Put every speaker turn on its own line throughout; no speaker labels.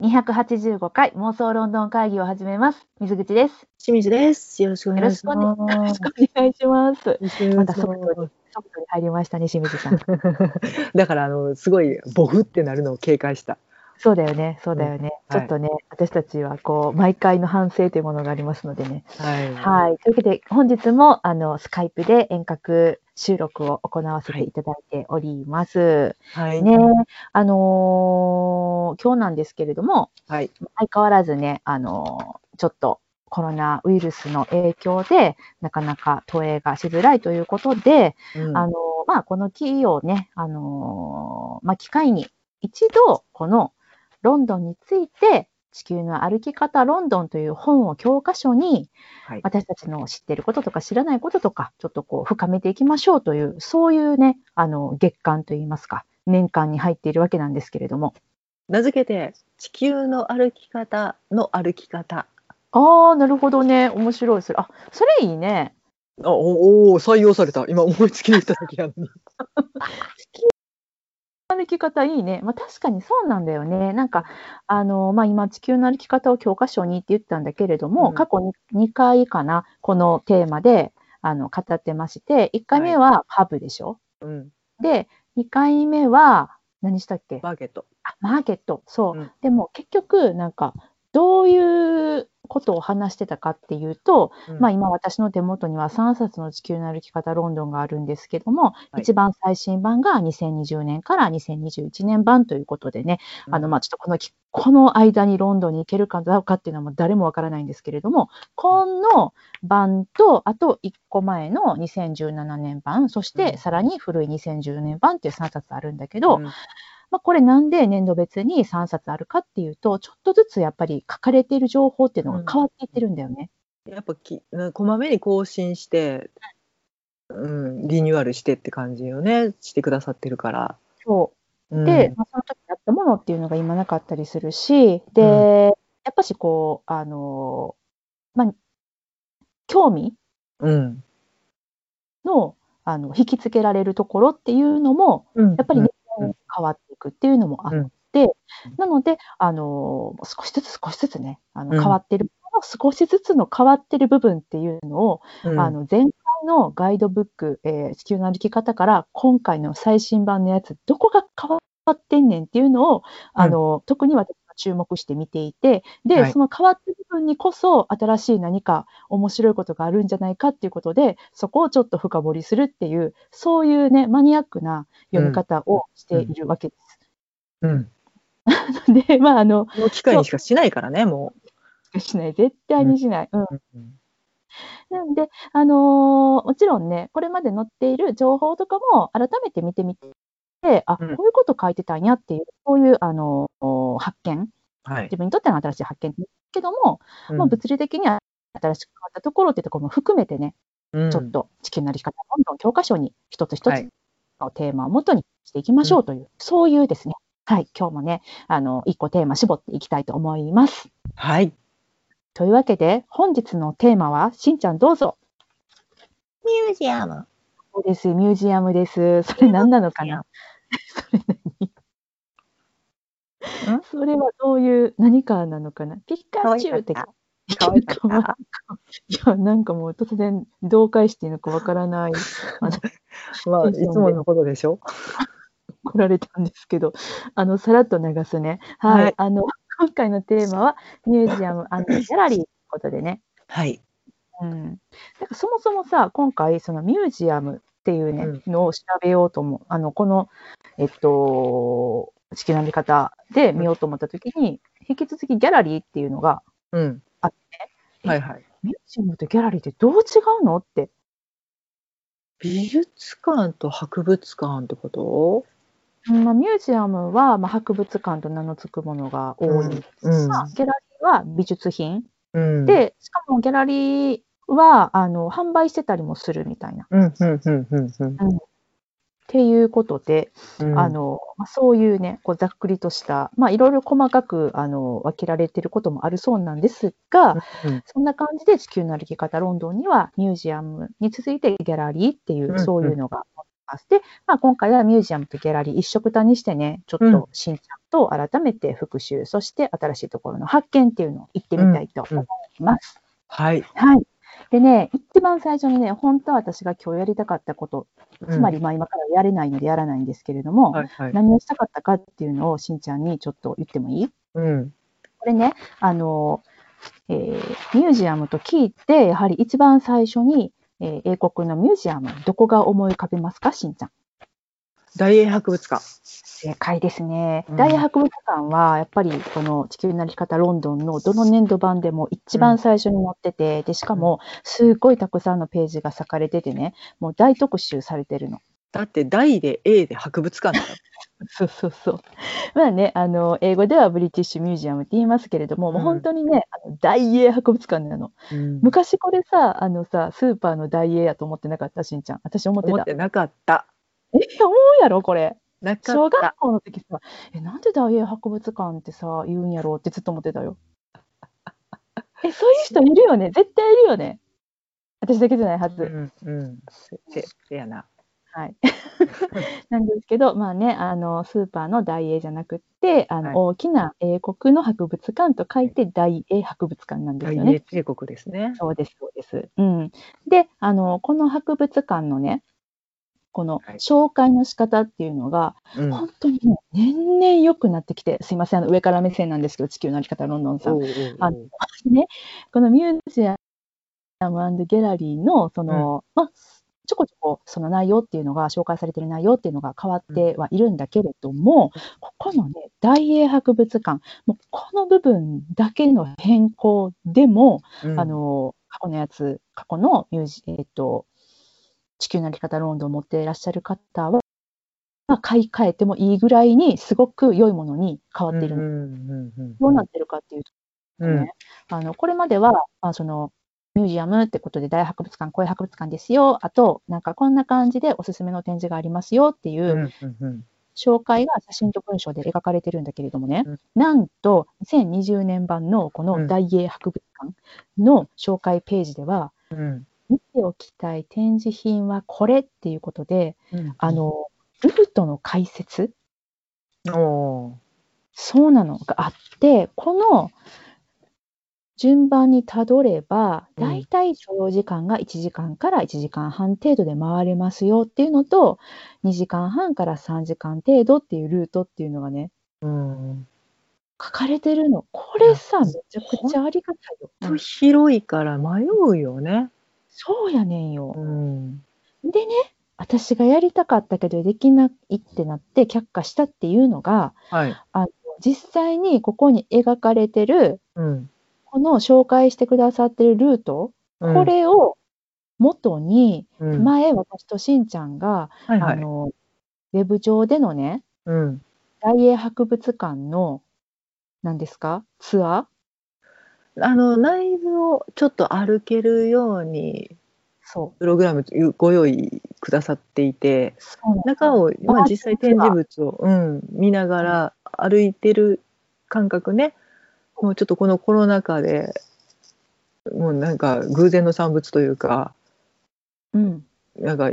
285回妄想ロンドン会議を始めます。水口です。
清水です。よろしくお
よ
願
ろ
い
し
し
くお願
ま
い
す
し。ます。ま
ま
た
た
ソフトに、ソフトに入りましたね、清水さん。
だからあのすごいボフってなるのを警戒した。
そうだよね、そうだよね。
うんはい
ちょっとね、私たちはこう、毎回の反省というものがありますのでね。
はい
はい。というわけで、本日も、あの、スカイプで遠隔収録を行わせていただいております。
はい
ね、あのー今日なんですけれども、
はい
相変わらずね、あのーちょっとコロナウイルスの影響で、なかなか投影がしづらいということで、
うん
あのーまあ、この機をね、あのーまあ、機会に一度、このロンドンについて、地球の歩き方ロンドンという本を教科書に、
はい
私たちの知ってることとか知らないこととか、ちょっとこう深めていきましょうという、そういうね、あの月間といいますか、年間に入っているわけなんですけれども。
名付けて地球の歩き方の歩き方。
ああ、なるほどね。面白い。それ、あ、それいいね。
あおお採用された。今思いつきで言っただけやのに。
歩き方いいね。まあ、確かにそうなんだよね。なんか、あの、まあ、今、地球の歩き方を教科書にって言ったんだけれども、
うん
過去に2回かな、このテーマで、あの、語ってまして、1回目はパブでしょ、
うん
で、2回目は、何したっけ
マーケット。
あマーケット。そう。
うん
でも、結局、なんか、どういうことを話してたかっていうと、
うん
まあ、今私の手元には3冊の地球の歩き方ロンドンがあるんですけども、
はい
一番最新版が2020年から2021年版ということでね、
うん
あのまあちょっとこのきこの間にロンドンに行けるかどうかっていうのはもう誰もわからないんですけれども、この版と、あと1個前の2017年版、そし
う
て
ん
さらに古い2010年版っていう3冊あるんだけど、
うん
まあ、これなんで年度別に3冊あるかっていうと、ちょっとずつやっぱり書かれている情報っていうのが変わっていってるんだよね。
やっぱきなこまめに更新して。うん、リニューアルしてって感じよねしてくださってるから。
そう
うん
で、まあ、その時やったものっていうのが今なかったりするし、で、
うん
やっぱしこう、あのーまあ、興味
うん、
のあの引きつけられるところっていうのも、
うん
やっぱり、ね
うんうん
変わっていくっていうのもあって、
うん
なので、あのー少しずつ少しずつね、あの
うん
変わってる、少しずつの変わってる部分っていうのを、
うん
あの前回のガイドブック、えー地球の歩き方から今回の最新版のやつどこが変わってんねんっていうのをあの、特に私は注目して見ていてで、
はい
その変わった部分にこそ新しい何か面白いことがあるんじゃないかっていうことでそこをちょっと深掘りするっていうそういうねマニアックな読み方をしているわけです。
うん、
でまああの
この機会にしかしないからねも
しない絶対にしない。うん
う。
なんで、あのーもちろんね、これまで載っている情報とかも改めて見てみて、あ、
うん
こういうこと書いてたんやっていう、そういう、あのー発見、
はい
自分にとっての新しい発見ですけども、
うん
まあ、物理的には新しく変わったところっていうところも含めてね、
うん
ちょっと地球の歩き方、どんどん教科書に一つ一
は
つ
い
のテーマをもとにしていきましょうという、そういうですね、はい、今日もね、あの、一個テーマ絞っていきたいと思います。
はい。
というわけで、本日のテーマは、しんちゃんどうぞ。
ミュージアム。
そうです。ミュージアムです。それ何なのかなそれ何
ん
それはどういう何かなのかなピカチュウって。
か
かわいかったいや、なんかもう突然、同解していいのかわからない、
まあ、いつものことでしょ。
来られたんですけど、あの、さらっと流すね。はい。
はい
あの、今回のテーマは、ミュージアムギャラリーということでね。
はい。
うん。なんかそもそもさ、今回、そのミュージアムっていうね、
う
のを調べようと思う。あの、この、えっと、地球の見方で見ようと思ったときに、引き続きギャラリーっていうのが、
うん。
あ
はいはい。
ミュージアムとギャラリーってどう違うのって。
美術館と博物館ってこと。
うんまあ、ミュージアムは、まあ、博物館と名の付くものが多いんですが、
うんうん
ギャラリーは美術品。
うん。
で、しかもギャラリーは、あの、販売してたりもするみたいな。っ
うん。うん。うん。うん。うん
ていうことで、
うん。
あ。のまあそういうね、こうざっくりとした、まあ、いろいろ細かくあの分けられてることもあるそうなんですが、
うん
そんな感じで地球の歩き方ロンドンにはミュージアムに続いてギャラリーっていう、
うん
そういうのがあります。で、まあ、今回はミュージアムとギャラリー一緒くたにしてね、ちょっ
うん
としんちゃんと改めて復習、そして新しいところの発見っていうのを言ってみたいと思います。
はい。
はい。でね、一番最初にね、本当は私が今日やりたかったこと、つまりまあ今からやれないのでやらないんですけれども、
うん、はいはい。
何をしたかったかっていうのをしんちゃんにちょっと言ってもいい
うん。
これね、あの、えーミュージアムと聞いて、やはり一番最初に、えー英国のミュージアム、どこが思い浮かべますか、しんちゃん。
大英博物館。
正解ですね。
うん
大英博物館は、やっぱりこの地球の歩き方ロンドンのどの年度版でも一番最初に載ってて、で、しかも、すっごいたくさんのページが裂かれててね、もう大特集されてるの。
だって大で A で博物館だから。
そうそうそう。まあね、あの、英語ではブリティッシュミュージアムって言いますけれども、もう本当にね、あの大英博物館なの。
うん
昔これさ、あのさ、スーパーのダイエーやと思ってなかった、しんちゃん。私思って
思
た
っ。てなかった。
え、思うやろ、これ。
なか
小
っ
学
た。
校の時さ、え、なんでダイエー博物館ってさ、言うんやろうってずっと思ってた よ。え、そういう人いるよね。絶対いるよね。私だけじゃないはず。
うん。うん。せ、せ、せやな。
はい。 なんですけど、まあね、あの、スーパーの大英じゃなくって、あの、
はい
大きな英国の博物館と書いて大英博物館なんです
大
よね。
英帝国ですね。
そうです、そうです。うん。で、あの、この博物館のね、この
はい
紹介の仕方っていうのが、
うん。
本当にね年々良くなってきて、すいません、あの上から目線なんですけど、地球の歩き方ロンドンさん
お。うおう
あ
おう
このミュージアムギャラリーの、その、まあ、ちょこちょこその内容っていうのが、紹介されてる内容っていうのが変わってはいるんだけれども、ここのね、大英博物館、もうこの部分だけの変更でも、
うん
あの過去のやつ過去のミュージ、えっと地球の歩き方ロンドンを持っていらっしゃる方は、まあ、買い替えてもいいぐらいにすごく良いものに変わっている、
うんうんうんうん
どうなってるかっていうと
う
ね、
ん
あのこれまでは、まあ、そのミュージアムってことで大博物館こういう博物館ですよあとなんかこんな感じでおすすめの展示がありますよっていううん
うん
紹介が写真と文章で描かれてるんだけれどもね、
うん
なんと2020年版のこ
う
の
ん
大英博物館の紹介ページでは、
うん
見ておきたい展示品はこれっていうことで、
うん
あの、ルフトの解説、
お
そうなのがあって、この順番にたどれば、
うん
だいたい所要時間が1時間から1時間半程度で回れますよっていうのと、2時間半から3時間程度っていうルートっていうのがね、
ーうん
書かれてるの。これさ、めちゃくちゃありがたいよ。
ほんと広いから迷うよね。
そうやねんよ。
うん
でね、私がやりたかったけどできないってなって却下したっていうのが、
はい。
実際にここに描かれてる、
うん
この紹介してくださってるルート、
うん
これを元に、
うん
前私としんちゃんが、
はいは
あ
い。
の、ウェブ上でのね、
うん
大英博物館の、何ですかツアー
あの内部をちょっと歩けるように
そう。
プログラムご用意くださっていて
そうなの
中を、まあ、
あ
実際展示物を、うん、見ながら歩いてる感覚ねもうちょっとこのコロナ禍でもうなんか偶然の産物というか
うん。
なんか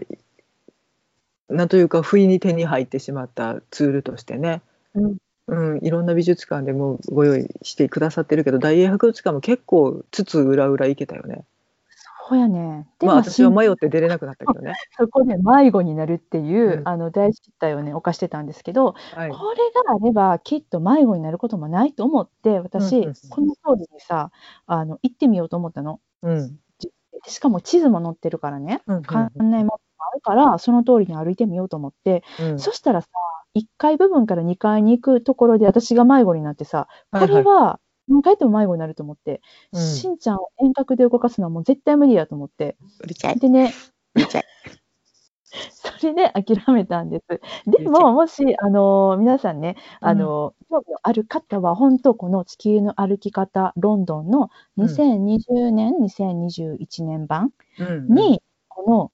なんというか不意に手に入ってしまったツールとしてね、
うん
うんいろんな美術館でもご用意してくださってるけど大英博物館も結構つつ裏裏いけたよね。
そうやね。で
まあ私は迷
しん
って出れなくなったけど ね。
そこで迷子になるっていう、
うん
あの大失態をね、犯してたんですけど、
はい。
これがあればきっと迷子になることもないと思って私、
うんうん
この当時にさあの行ってみようと思ったの
うん。
でしかも地図も載ってるからね
うん
館内マップもあるからその通りに歩いてみようと思って、
うん
そしたらさ1階部分から2階に行くところで私が迷子になってさこ
は
れ
いは
は何回やっても迷子になると思って、
いうん
しんちゃんを遠隔で動かすのはもう絶対無理やと思って
うるちゃい
でね
うるちゃい
それで諦めたんです。で
了解
も、もし、あの皆さんね、あの興味のある方は、本当、この地球の歩き方、ロンドンの
うん
2020年、2021年版
うん
に、この、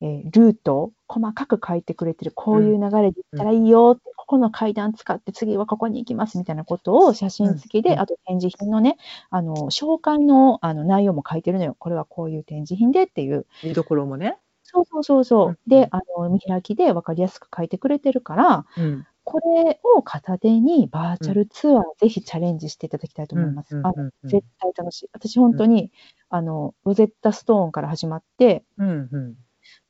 えールートを細かく書いてくれてる、こういう流れで行ったらいいよって、ここの階段使って、次はここに行きますみたいなことを写真付きで、
うん
あと展示品のね、あの紹介のあの内容も書いてるのよ。これはこういう展示品でっていう。
見どころもね。
そうそうそうそうう。
ん
で、あの見開きで分かりやすく書いてくれてるから、
うん。
これを片手にバーチャルツアー、ぜひチャレンジしていただきたいと思います。あ
うんうん
絶対楽しい。私、本当に、あの、ロゼッタストーンから始まって、
うんうん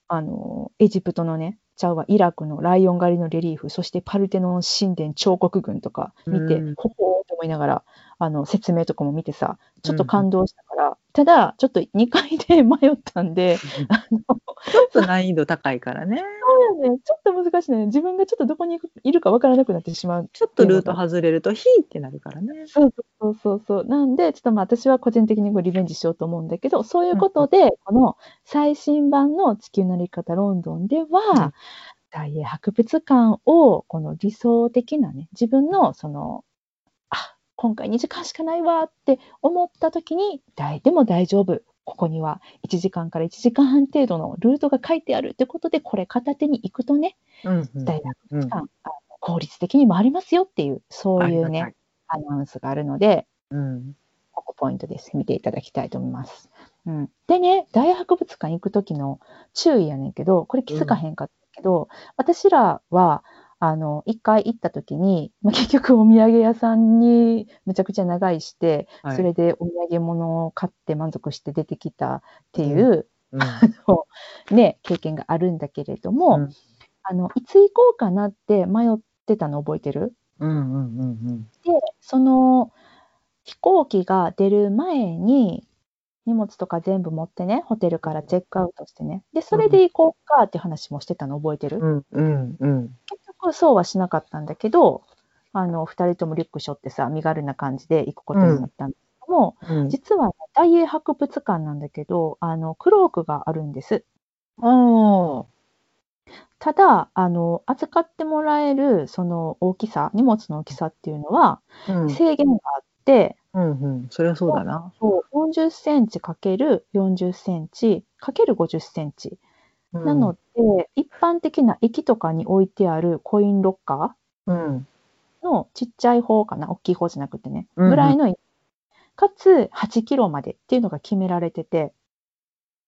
あの、エジプトのね、ちゃうわ、イラクのライオン狩りのレリーフ、そしてパルテノン神殿彫刻群とか見て
うん、
ほほーと思いながら、あの、説明とかも見てさ、ちょっ
うんう
と
ん
感動したから、ただ、ちょっと2回で迷ったんで、あの、
ちょっと難易度高いからね。
そうだね、ちょっと難しいね。自分がちょっとどこにいるかわからなくなってしまう。
ちょっとルート外れるとヒーってなるからね。
そうそうそうそう。なんで、ちょっとまあ私は個人的にこうリベンジしようと思うんだけど、そういうことで、この最新版の地球の歩き方ロンドンで
うん
は、大英博物館を、この理想的なね、自分のその、あ今回2時間しかないわって思った時に、誰でも大丈夫。ここには1時間から1時間半程度のルートが書いてあるってことで、これ片手に行くとね、
うんうん
大英博
うん
物館、あの効率的に回りますよっていう、そういう
ありがた
ね、
い
アナウンスがあるので、
うん
ここポイントです。見ていただきたいと思います。うん、でね、大博物館行く時の注意やねんけど、これ気づかへんかったけど、私らは、あの、一回行った時に、まあ、結局お土産屋さんにむちゃくちゃ長いして、
はい
それでお土産物を買って満足して出てきたっていう、
うん
ね、経験があるんだけれども、
うん
あの、いつ行こうかなって迷ってたの覚えてる
うんうんうん
で、その飛行機が出る前に荷物とか全部持ってね、ホテルからチェックアウトしてね。で、それで行こうかって話もしてたの覚えてる、
うんうんうん
結局そうはしなかったんだけど、あの、二人ともリュック背負ってさ、身軽な感じで行くことになったんだけども、
うん
実はね大英博物館なんだけど、あの、クロークがあるんです。
あ
ただ、あの、扱ってもらえる、その大きさ、荷物の大きさっていうのは
あうん
制限があって、
うんうんそりゃそうだな
そう、40センチかける40センチかける50センチ。
うん
なので、一般的な駅とかに置いてあるコインロッカ
うん
ーのちっちゃい方かな、大きい方じゃなくてね、
うんうん
ぐらいの、かつ8キロまでっていうのが決められてて、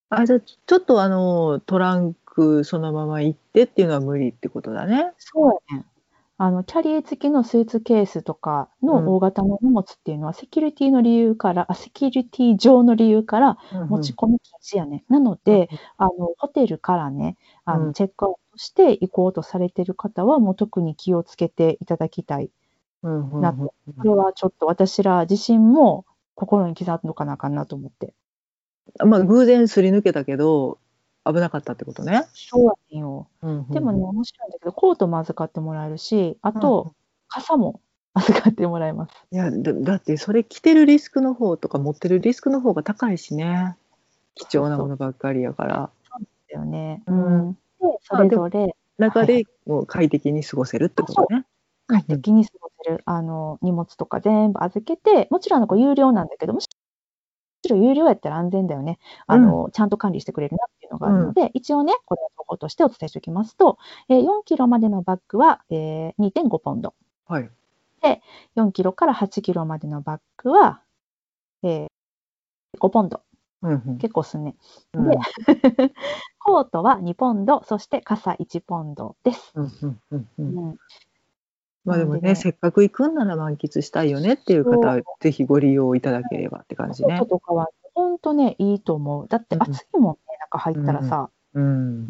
あじゃあちょっとあのトランクそのまま行ってっていうのは無理ってことだね
そうやね。あの、キャリー付きのスーツケースとか
うん
の大型の荷物っていうのは、セキュリティの理由から、あセキュリティ上の理由から、持ち込み禁止やね。なので、あの、ホテルからね、あ
う
の、
ん
チェックアウトして行こうとされてる方は、もう特に気をつけていただきたい。
うんうん
な
うん
これはちょっと私ら自身も心に刻んのかなあかんなと思って。
まあ偶然すり抜けたけど危なかったってことね
そうやねんよ。で
で
もね、面白いんだけど、コートも預かってもらえるし、あと、傘も預かってもらえます。
いやだだってそれ着てるリスクの方とか持ってるリスクの方が高いしね貴重なものばっかりやから
だよね。
うん
うん。で、それぞれ、
中でもう快適に過ごせるってことね。
快適に過ごせる、あの、荷物とか全部預けて、もちろん、あの、こう有料なんだけど、むしろ有料やったら安全だよね。あの、ちゃんと管理してくれるなっていうのがあるので、一応ね、これは情報としてお伝えしておきますと、えー4キロまでのバッグは、えー2.5ポンド。
はい。
4キロから8キロまでのバッグは、えー5ポンド。
うんうん
結構すんね。
うん
でコートは2ポンド、そして傘1ポンドです。
うんうんうんう
うんん。
まあでも
なんでね
ねせっかく行くんなら満喫したいよねっていう方はぜひご利用いただければって感じね
外。とかは、ほんとね、いいと思う。だって
うんうん
暑いもんね、中入ったらさ。
うん。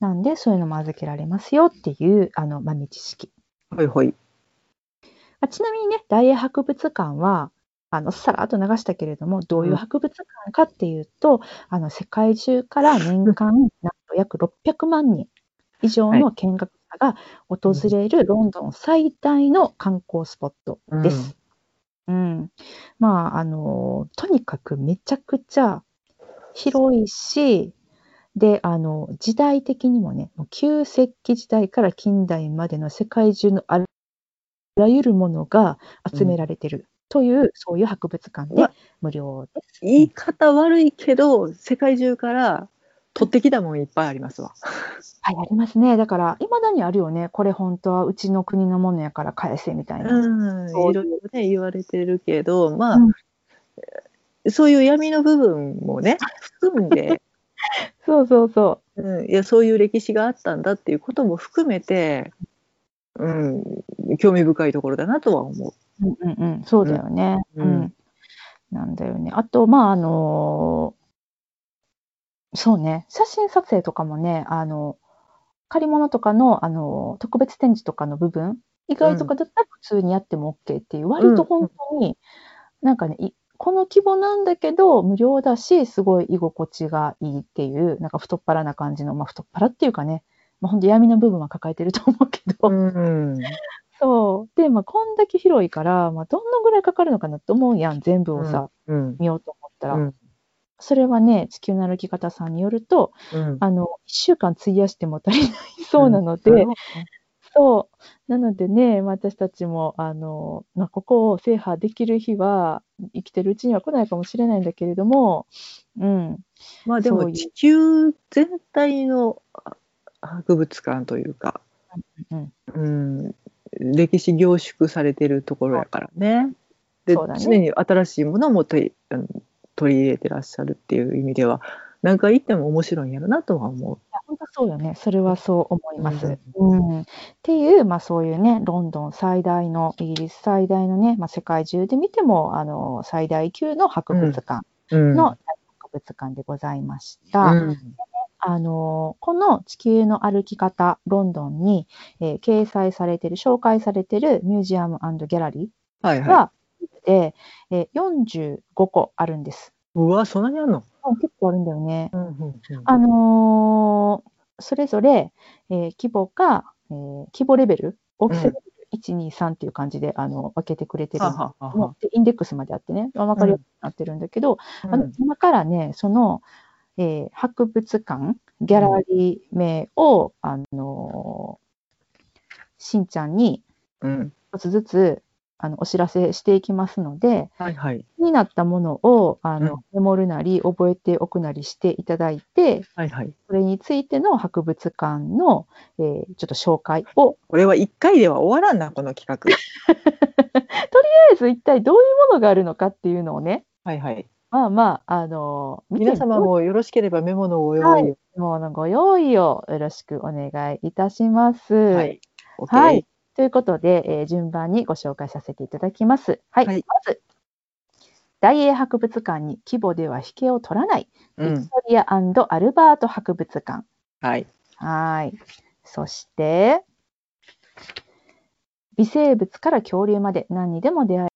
なんで、そういうのも預けられますよっていう、あの、豆知識。
ほいほい。
まあちなみにね、大英博物館は、あの、さらっと流したけれども、どういう博物館かっていうと、あの、世界中から年間、なんと約600万人以上の見学者が訪れるロンドン最大の観光スポットです。うん。まあ、あの、とにかくめちゃくちゃ広いし、で、あの、時代的にもね、もう旧石器時代から近代までの世界中のあらあらゆるものが集められてるという、そういう博物館
う
で
わ
無料です。
言い方悪いけど世界中から取ってきたもんいっぱいありますわ。
はい、ありますね。だから、いまだにあるよね。これ本当はうちの国のものやから返せみたいな。
うん、い
そうい
ろ
う
いろね言われてるけどまあ、
うん
そういう闇の部分もね含ん で、
そうそうそう。
うん、いやそういう歴史があったんだっていうことも含めてうん、興味深いところだなとは思う。
うんうんうん、そうだよね。
う
うんん。なんだよね。あと、まあ、あのーそうね、写真撮影とかもね、あの、借り物とかの、あの、特別展示とかの部分以外とかだったら普通にやっても OK っていう、割と本当に、なんかね、いこの規模なんだけど、無料だし、すごい居心地がいいっていう、なんか太っ腹な感じの、まあ、太っ腹っていうかね、まあ、本当闇の部分は抱えてると思うけど、
うん、
そう。で、まあ、こんだけ広いから、まあ、どのぐらいかかるのかなって思うやん、全部をさ、
うん、
見ようと思ったら。
うん
それはね、地球の歩き方さんによると、
うん、
あの、1週間費やしても足りないそうなので、そう。なのでね、まあ私たちも、あの、まあ、ここを制覇できる日は、生きてるうちには来ないかもしれないんだけれども、うん、
まあで
そう
も
いう
地球全体のあ博物館というか、
うん
うん、歴史凝縮されてるところやからね。で
そうだね
常に新しいものも取りあの取り入れてらっしゃるっていう意味では何回行っても面白いんやろなとは思
いや本当そうよね。それはそう思います。
う
うん。っていう、まあそういうね、ロンドン最大の、イギリス最大のね、まあ世界中で見ても、あの、最大級の博物館
う。うん
の、博物館でございました。
うん
あの、この地球の歩き方、ロンドンに、えー掲載されている、紹介されているミュージアムギャラリ
はい
ー
は
が、で、えー45個あるんです。
い。うわそんなにあるの。
うん結構あるんだよね。
うんうんうん
あのーそれぞれ、えー規模が、えー規模レベル、大きさレベル1、2、3っていう感じであの分けてくれてる
ははは
の
は。
でインデックスまであってね、分かりやすくなってるんだけど、あの今からね、その、えー博物館、ギャラリー名を、あのーしんちゃんに
うん。
一つずつあのお知らせしていきますので、
はいはい。
気になったものをあの、
うん
メモるなり、覚えておくなりしていただいて、
はいはい。
それについての博物館の、えーちょっと紹介を、と
これは一回では終わらんなこの企画。
りあえず一体どういうものがあるのかっていうのをね、
はいはい。
まあまあ、あのー、見てみ
皆様もよろしければメモのご用意を。
ものご用意をよろしくお願いいたします。
は。
はい
OK
はい。ということで、えー順番にご紹介させていただきます。はい。
はい
まず、大英博物館に規模では引けを取らない、
う
ビク
ん。
トリアアルバート博物館。
はい。
はい。そして、微生物から恐竜まで何にでも出会える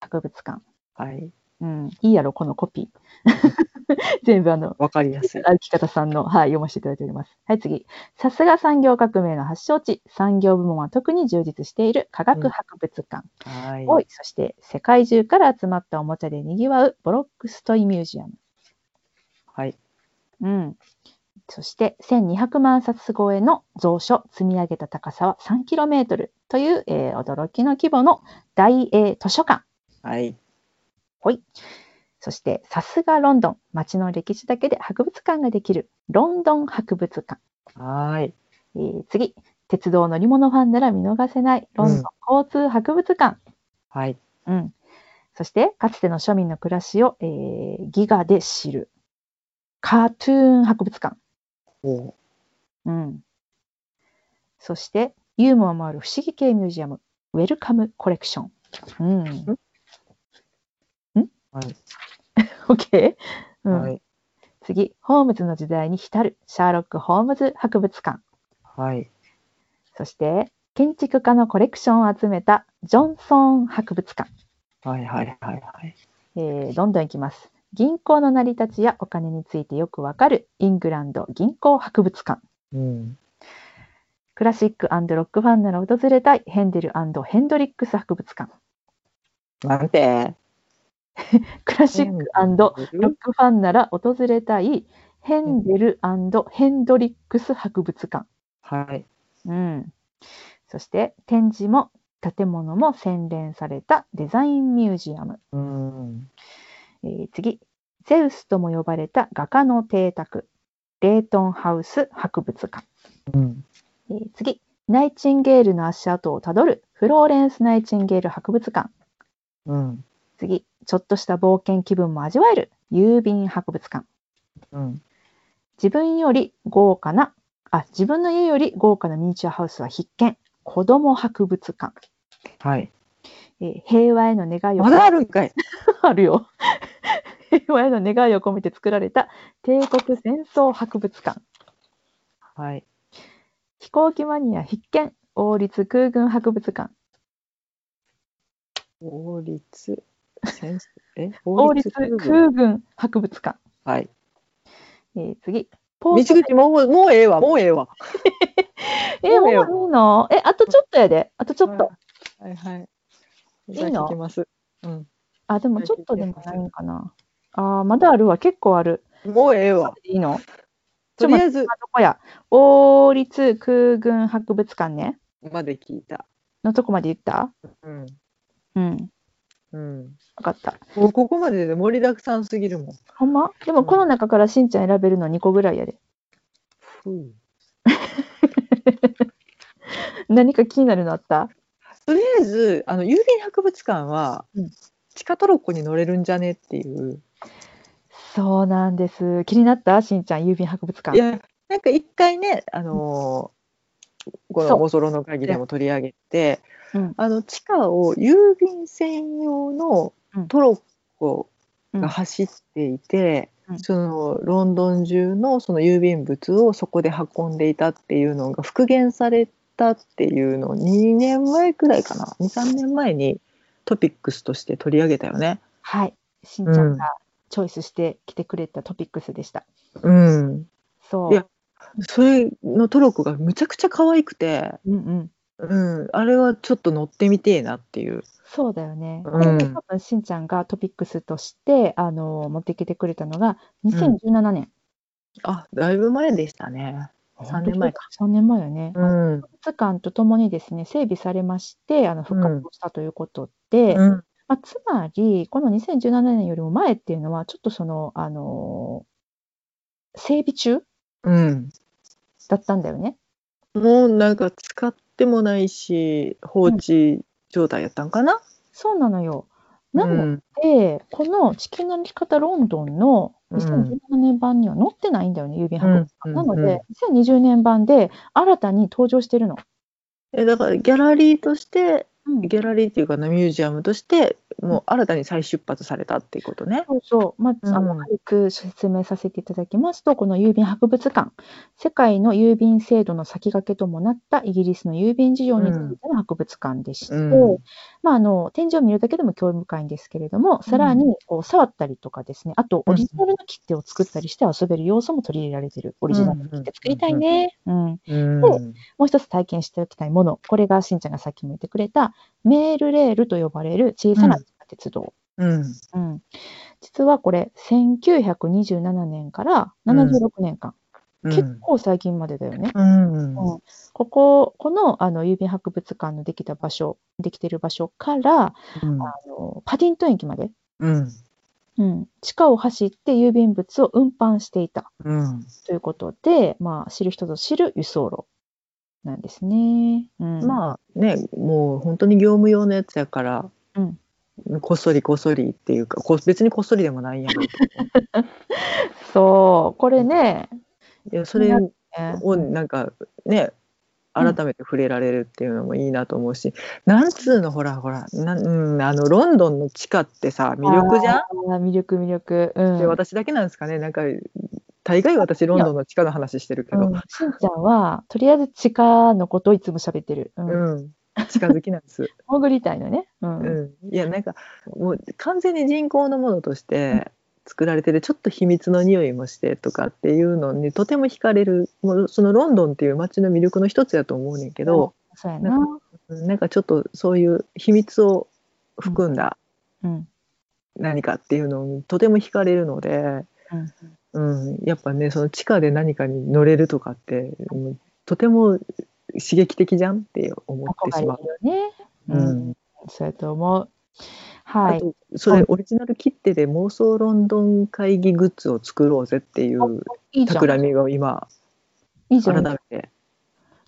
博物館。
はい。
うん、いいやろ、このコピー。 全部あの、
わかりやすい。
歩き方さんの、はい、読ませていただいております。はい、次。さすが産業革命の発祥地、産業部門は特に充実している科学博物館。
はい。
おい、そして世界中から集まったおもちゃでにぎわうボロックストイミュージアム。
はい。
うん。そして1200万冊超えの蔵書、積み上げた高さは 3km という、えー驚きの規模の大英図書館。
はい。
そしてさすがロンドン、街の歴史だけで博物館ができるロンドン博物館。
はい。
えー次、鉄道乗り物ファンなら見逃せないロンドン交通博物館。
はい。
うんそして、かつての庶民の暮らしを、えーギガで知るカートゥーン博物館。
お
うん、そして、ユーモアもある不思議系ミュージアム、ウェルカムコレクション。うん。ん
はい
OK? うん
はい。
次、ホームズの時代に浸るシャーロック・ホームズ博物館。
はい。
そして、建築家のコレクションを集めたジョンソン博物館。
はい。はい。はい。はい。
えーどんどんいきます。銀行の成り立ちやお金についてよくわかるイングランド銀行博物館。
うん。
クラシックロックファンなら訪れたいヘンデルヘンドリックス博物館。
なんて。
クラシックロックファンなら訪れたいヘンデルヘンドリックス博物館。
はい。
うん、そして展示も建物も洗練されたデザインミュージアム。
うん。
えー次、ゼウスとも呼ばれた画家の邸宅、レートンハウス博物館。
うん。
えー次、ナイチンゲールの足跡をたどるフローレンス・ナイチンゲール博物館。
うん。
次、ちょっとした冒険気分も味わえる郵便博物館。
うん。
自分より豪華な、あ、自分の家より豪華なミニチュアハウスは必見。子ども博物館、
はい。
えー平和への願いを
まだあるんかい。
あるよ。 平和への願いを込めて作られた帝国戦争博物館。
はい。
飛行機マニア必見。王立空軍博物館。
王立。先生え、
王立空軍博物館。
はい。
えー次。ポ
道
ート
口もう、もうええわ、もうええわ。
えー、も
もうええわ
ういいのえ、あとちょっとやで。あとちょっと。
はいはい。
い
じゃあ
の
聞きます。うん。
あ、でもちょっとでもないんかな。あーまだあるわ。結構ある。
もうええわ。
いいの
とりあえず
あ、どこや。王立空軍博物館ね。
まで聞いた。
のとこまで言った
うん。
うん。
うん。
わかった。
もうここまでで盛りだくさんすぎるもん。
ほんまでもこの中からしんちゃん選べるの2個ぐらいやで。
ふう
何か気になるのあった
とりあえずあの郵便博物館は、
うん
地下トロッコに乗れるんじゃねっていう
そうなんです。気になったしんちゃん、郵便博物館。
いやなんか一回ねあのーこ
そう
の「モソロの会議」でも取り上げて、
うん
あの地下を郵便専用のトロッコが走っていて、
うんうん
そのロンドン中のその郵便物をそこで運んでいたっていうのが復元されたっていうのを2年前くらいかな23年前にトピックスとして取り上げたよね。
はい。しんちゃんがチョイスしてきてくれたトピックスでした。
うん、
そう。
いやそれのトロッコがむちゃくちゃ可愛くて、
うんうん。
うん、あれはちょっと乗ってみてえなっていう。
そうだよね。
うん
で多分しんちゃんがトピックスとして、あの持ってきてくれたのが2017年。
あだいぶ前でしたね。3年前か。
か。3年前よね。
うん
博物館とともにですね、整備されまして、あの復活をしたということで、
うん
まあ、つまり、この2017年よりも前っていうのは、ちょっとその、あのー整備中
うん、
だったんだよね。
もうなんか使ってもないし放置状態やったんかな。
そうなのよ。
う
なの
ん
で、この地球の歩き方ロンドンの2017年版には載ってないんだよね、郵便博物館。
うん
なの
うんう
で、2020年版で新たに登場してるの。
えだからギャラリーとして
うん
ギャラリーっていうかなミュージアムとしてもう新たに再出発されたっていうことね。
そうそう、まず、あ
う
の
ん
軽く説明させていただきますと、この郵便博物館、世界の郵便制度の先駆けともなったイギリスの郵便事情についての博物館でして、
うん
まあ、あの展示を見るだけでも興味深いんですけれども、さらにこう触ったりとかですね、あとオリジナルの切手を作ったりして遊べる要素も取り入れられている、オリジナルの切手作りたいね。うん
うん
そうもう一つ体験しておきたいもの、これがしんちゃんがさっきも言ってくれた、メールレールと呼ばれる小さな鉄道。
うん
うん、実はこれ1927年から76年間、
うん
結構最近までだよね。
うん
うんこここのあの郵便博物館のできた場所できてる場所から
うん
あのパディントン駅まで、
うん
うん、地下を走って郵便物を運搬していた
うん
ということで、まあ、知る人ぞ知る輸送路なんですね。うん、あ
まあねもう本当に業務用のやつやから、
うん
こっそりこっそりっていうかこ別にこっそりでもないんや ろうけど
そうこれね
いやそれを
ね
なんかね改めて触れられるっていうのもいいなと思うし、なんつうのほらほらなん、うん、あのロンドンの地下ってさ魅力じゃん
あー魅力魅力。うん、
で私だけなんですかねなんか大概私ロンドンの地下の話してるけ
う
ど
ん、、しんちゃんは、とりあえず地下のことをいつも喋ってる。うん
うん、地下好きなんです。
潜りたいのね。うん
うん、いやなんかもう完全に人工のものとして作られててちょっと秘密の匂いもしてとかっていうのにとても惹かれるもうそのロンドンっていう街の魅力の一つやと思うねんけど、
そうや
な
な。
なんかちょっとそういう秘密を含んだ
うん。
何かっていうのにとても惹かれるので、
うん
うん、やっぱねその地下で何かに乗れるとかってもうとても刺激的じゃんって思って
憧
し
れ
まう。
るよね。うん。そうやと思う。は
あ
い。
とそれオリジナル切手で妄想ロンドン会議グッズを作ろうぜっていう
いいじゃん。
企みを今
いいじゃ
改
ん。
めて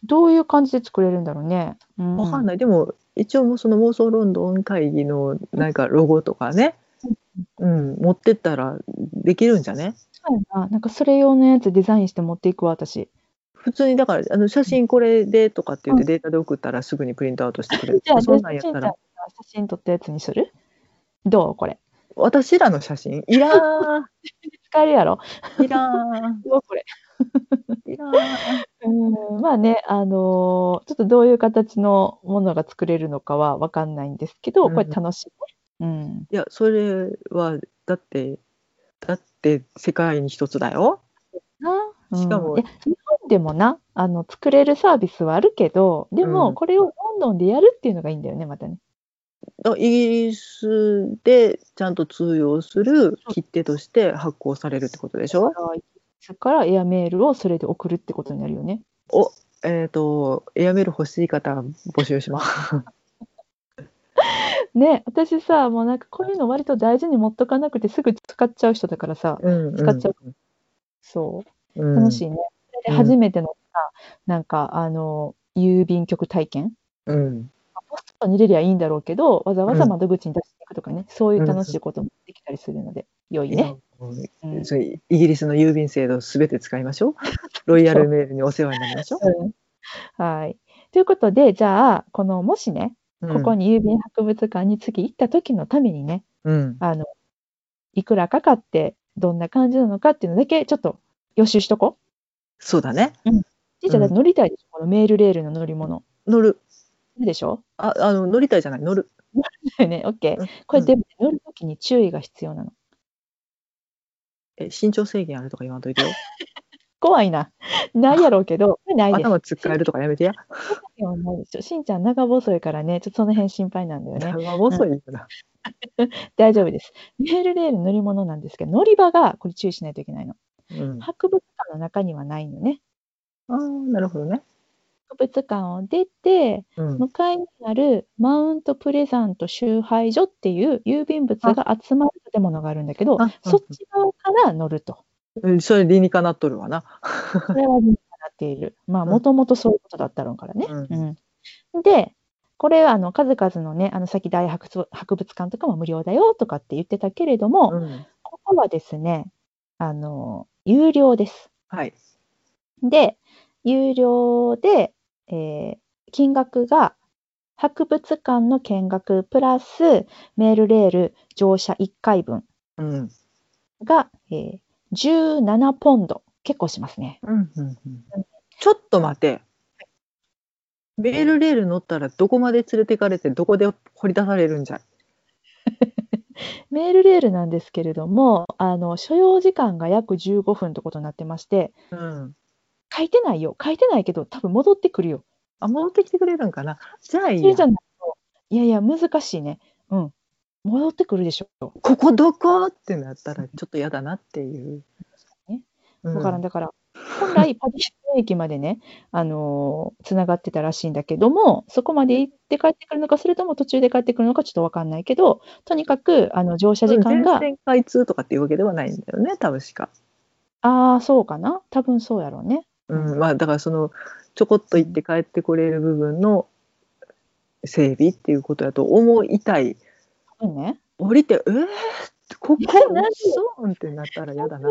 どういう感じで作れるんだろうね。うん。
わかんないでも一応もうその妄想ロンドン会議のなんかロゴとかねうん持ってったらできるんじゃね
そうやな。なんかそれ用のやつデザインして持っていくわ、私。
普通にだからあの写真これでとかって言ってデータで送ったらすぐにプリントアウトしてくれる、
じゃあ、
そん
ち
なん
ー
やっ
ちゃん
た
が
ら
写真撮ったやつにするどうこれ。
私らの写真いらー
使えるやろ
いら
どうこれ。
ーいらー
うんまあね、あのーちょっとどういう形のものが作れるのかは分かんないんですけど、
うん
これ楽しいね。うん、
いやそれはだってだって世界に一つだよ
な
しか
う
も
んいや日本でもなあの作れるサービスはあるけどで
うん
もこれをロンドンでやるっていうのがいいんだよねまたね。
だイギリスでちゃんと通用する切手として発行されるってことでしょ
それからエアメールをそれで送るってことになるよね。
おえっ、とエアメール欲しい方募集します
ね私さもうなんかこういうの割と大事に持っとかなくてすぐ使っちゃう人だからさ使っちゃうそ
うん
う楽しいね。それ
うん
で初めてのさなんかあの郵便局体験
うん
ポストに入れりゃいいんだろうけどわざわざ
うん
窓口に出していくとかね、そういう楽しいこともできたりするので、良いね。うん
そうイギリスの郵便制度すべて使いま しょう。ロイヤルメールにお世話になりましょう。
はい。ということで、じゃあ、このもしね、ここ
に、
に郵便博物館に次行った時のためにね、
うん、
あの、いくらかかって、どんな感じなのかっていうのだけ、ちょっと予習しとこ
そうだね。
う。ちいちゃんだって乗りたいでしょ、このメールレールの乗り物。
乗る。
いいでしょ
あ、あの乗りたいじゃない。乗る。
だよね、OK
うん。
これでも乗るときに注意が必要なの。
え、身長制限あるとか言わんといてよ。
怖いな。ないやろうけど、ないです。
頭突っかえるとかやめてや。
でもないでしょしんちゃん長細いからね、ちょっとその辺心配なんだよね。
長細いから。
大丈夫です。メールレール乗り物なんですけど、乗り場がこれ注意しないといけないの。
うん。あ
博物館の中にはないのね。
あー、なるほどね。
博物館を出て、
うん。
向かいにあるマウントプレザント集配所っていう郵便物が集まる建物があるんだけど、
あ
そっち側から乗ると。
うん、それ理にかなっとるわな。
これは理にかなっている。まあ、
うん
もともとそういうことだったろうからね。
う
うんで、これはあの数々のね、あの先大博物博物館とかも無料だよとかって言ってたけれども、
うん。
ここはですね、あの、有料です。
はい。
で、有料で、えー金額が博物館の見学プラスメールレール乗車1回分
うん。
が、えー17ポンド。結構しますね。
うんうんうんちょっと待て。メールレール乗ったらどこまで連れてかれてどこで掘り出されるんじゃい。
メールレールなんですけれども、あの、所要時間が約15分ってことになってまして、
うん。
書いてないよ。書いてないけど、多分戻ってくるよ。
あ戻ってきてくれるんかな。じゃあいい
それ
や
じゃ。ないと、いやいや、難しいね。うん。戻ってくるでしょ。
ここどこってなったらちょっと嫌だなっていう。
ね
うん
だから、だから、本来、パディストン駅までね、あのー、つながってたらしいんだけども、そこまで行って帰ってくるのか、それとも途中で帰ってくるのか、ちょっとわかんないけど、とにかく、あの、乗車時間
全
が、
線開通とかっていうわけではないんだよね、多分しか。
ああ、そうかな。多分そうやろうね。
うん、まあだからそのちょこっと行って帰ってこれる部分の整備っていうことだと思いたい。
うんね。
降りて、えー、ここ
なんで
そうってなったら嫌 だ
な
な。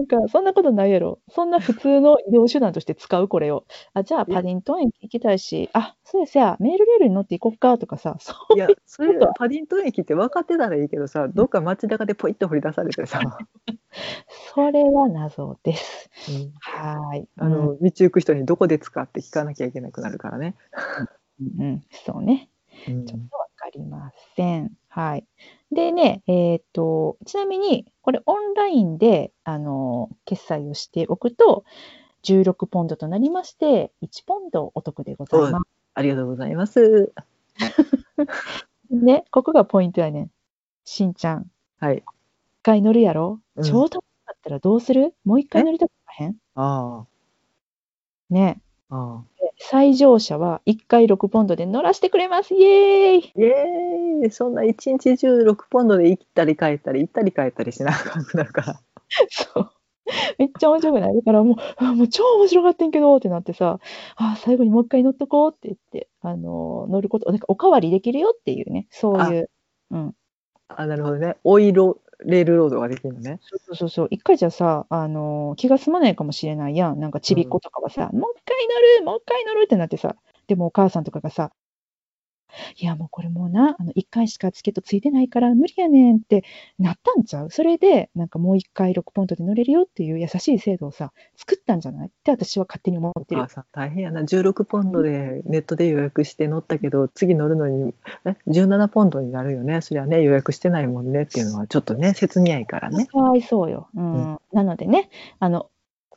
んか、そんなことないやろ。そんな普通の移動手段として使う、これを。あ、じゃあ、パディントン駅行きたいし、あ、そうや、そうや、メールレールに乗って行こうか、とかさ、そう
いや、それパディントン駅って分かってたらいいけどさ、どっか街中でポイッと掘り出されて さ、
それは謎です。
うん
はーい。
あの道行く人にどこで使って聞かなきゃいけなくなるからね。
うん、うんうん、そうね。
うん
ちょっとわかりません。はい。でね、えっ、と、ちなみに、これオンラインで、あの、決済をしておくと、16ポンドとなりまして、1ポンドお得でございま
ありがとうございます。
す。ね、ここがポイントやねん。しんちゃん、
はい。
一回乗るやろ、
うん
超楽しかったらどうするもう一回乗りたくなへん
あ
ね。
あ、ああ。
最上車は1回6ポンドで乗らせてくれます。イエーイ
イエーイそんな1日16ポンドで行ったり帰ったり行ったり帰ったりしなくなるから。
そう。めっちゃ面白くないだからもうあ、もう超面白かったんけどってなってさ、あ、最後にもう一回乗っとこうって言って、あのー乗ること、なんかおかわりできるよっていうね、そういう、
あなるほどね。お色レールロードができるのね。
そうそうそう。一回じゃさ、あの気が済まないかもしれないやん。なんかちびっ子とかはさ、もう一回乗る、もう一回乗るってなってさ、でもお母さんとかがさ、いやもうこれもうな、あの一回しかチケットついてないから無理やねんってなったんちゃうそれで、なんかもう一回6ポイントで乗れるよっていう優しい制度をさ、作ったんじゃないって私は勝手に思って
お
る
母。さん大変やな16ポンドでネットで予約して乗ったけど次乗るのにえ17ポンドになるよねそりゃね予約してないもんねっていうのはちょっとね切に合いからね。
かわいそうよ。うんなのでね、あの、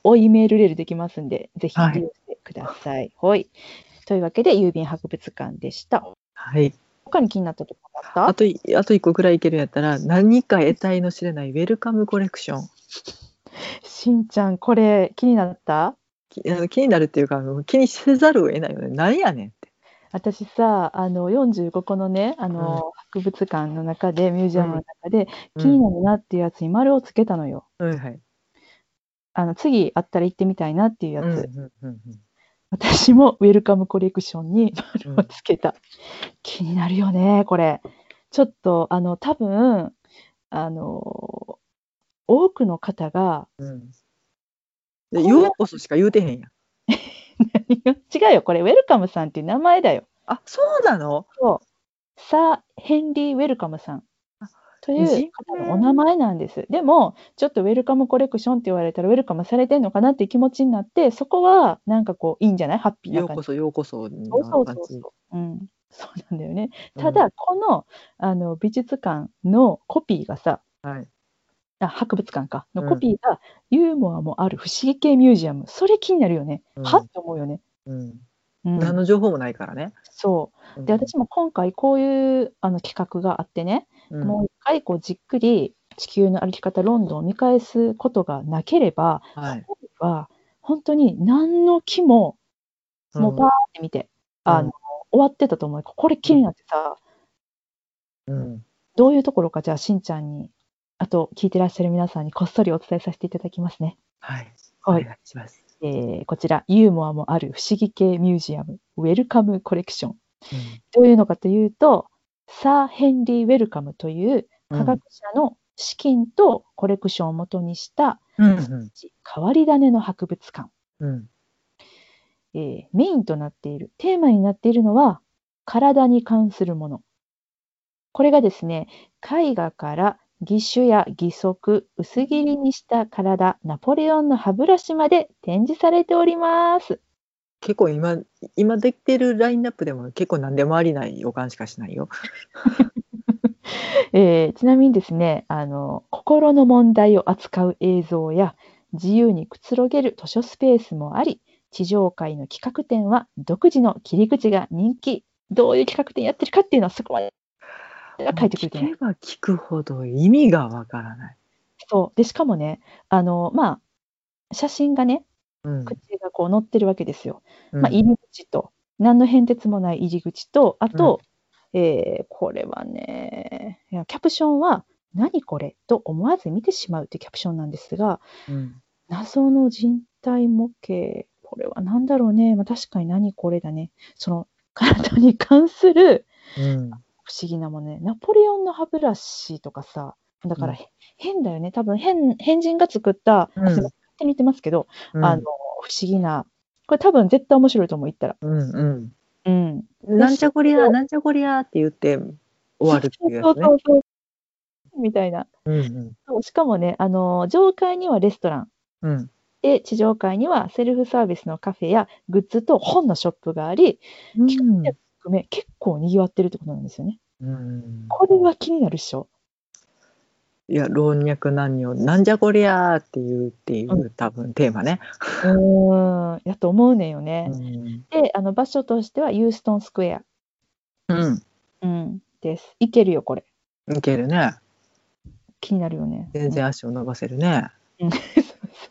おいメールレールできますんで、ぜひ
はい
利用してください。はい。というわけで、郵便博物館でした。
はい、
他に気になったところあった
あといあと1個くらいいけるんやったら何か得体の知れないウェルカムコレクション
しんちゃん、これ気になった
きあの気になるっていうかあの気にせざるを得ないよね何やねんって。
私さ、あの、45個のね、あの、博物館の中で、ミュージアムの中で、
うん
気になるなっていうやつに丸をつけたのよ。
はいはい
あの、次あったら行ってみたいなっていうや
う
つ。
んうんうん
私もウェルカムコレクションに
うん
をつけた。気になるよね、これ。ちょっと、あの、多分、あの、多くの方が、
うんでようこそしか言うてへんやん。
違うよ、これ、ウェルカムさんっていう名前だよ。
あそうなの
そう。サー・ヘンリー・ウェルカムさん
あ。
という方のお名前なんです。でも、ちょっとウェルカムコレクションって言われたら、ウェルカムされてんのかなっていう気持ちになって、そこは、なんかこう、いいんじゃないハッピー
よ
な
う
感
こ
じ。
そようこそにな
そうそう
感
そう
じ
そう。うん。そうなんだよね。
うん
ただ、このあの美術館のコピーがさ、
はい
あ博物館か
う
の
ん
コピーが、ユーモアもある不思議系ミュージアムそれ気になるよね、
うん
はって思うよね、
うん
うん
何の情報もないからね。
そうで私も今回こういうあの企画があってね、
うん、
もう一回こうじっくり地球の歩き方ロンドンを見返すことがなければ、
はい、
ここは本当に何の気ももうバーって見て、あ
うん
の終わってたと思うこれ気になってさ、
うん
どういうところかじゃあしんちゃんにあと聞いてらっしゃる皆さんにこっそりお伝えさせていただきますね。
はい、お
は
願い
い、
します。
えーこちらユーモアもある不思議系ミュージアムウェルカムコレクションどういうのかというとサー・ヘンリー・ウェルカムという科学者の資金とコレクションを元にした
うんうん
変わり種の博物館、
うん
えーメインとなっているテーマになっているのは体に関するものこれがですね絵画から義手や義足薄切りにした体ナポレオンの歯ブラシまで展示されております
結構今今できてるラインナップでも結構何でもありない予感しかしないよ。
えーちなみにですねあの心の問題を扱う映像や自由にくつろげる図書スペースもあり地上界の企画展は独自の切り口が人気どういう企画展やってるかっていうのはそこまでは書いてくれてない
聞けば聞くほど意味がわからない。
そうでしかもねあのまあ写真がね
うん
口がこう載ってるわけですよ、まあ、
うん
入り口と何の変哲もない入り口とあと、えーこれはねいやキャプションは「何これ?」と思わず見てしまうというキャプションなんですが
うん
謎の人体模型これは何だろうね、まあ、確かに何これだねその体に関する
うん
不思議なものねナポレオンの歯ブラシとかさだから、
うん
変だよね多分変変人が作った、
うん
あすいません勝手に言ってますけど、
うん
あの不思議なこれ多分絶対面白いと思う言ったら、
うんうん
うん、
なんちゃこりゃなんちゃこりゃって言って終わるっていうや
そう
つね
そうそうそうみたいな
うん
そうしかもねあの上階にはレストラン
うんうん
で地上階にはセルフサービスのカフェやグッズと本のショップがあり
うん
含め結構にぎわってるってことなんですよね
うん
これは気になるっしょ
いや老若男女なんじゃこりゃーっていうっていう多分テーマね。
うーんやと思うねんよね、
うん
であの場所としてはユーストンスクエア、
うん
うん、ですいけるよこれ
いけるね。
気になるよね
全然足を伸ばせるね。
そ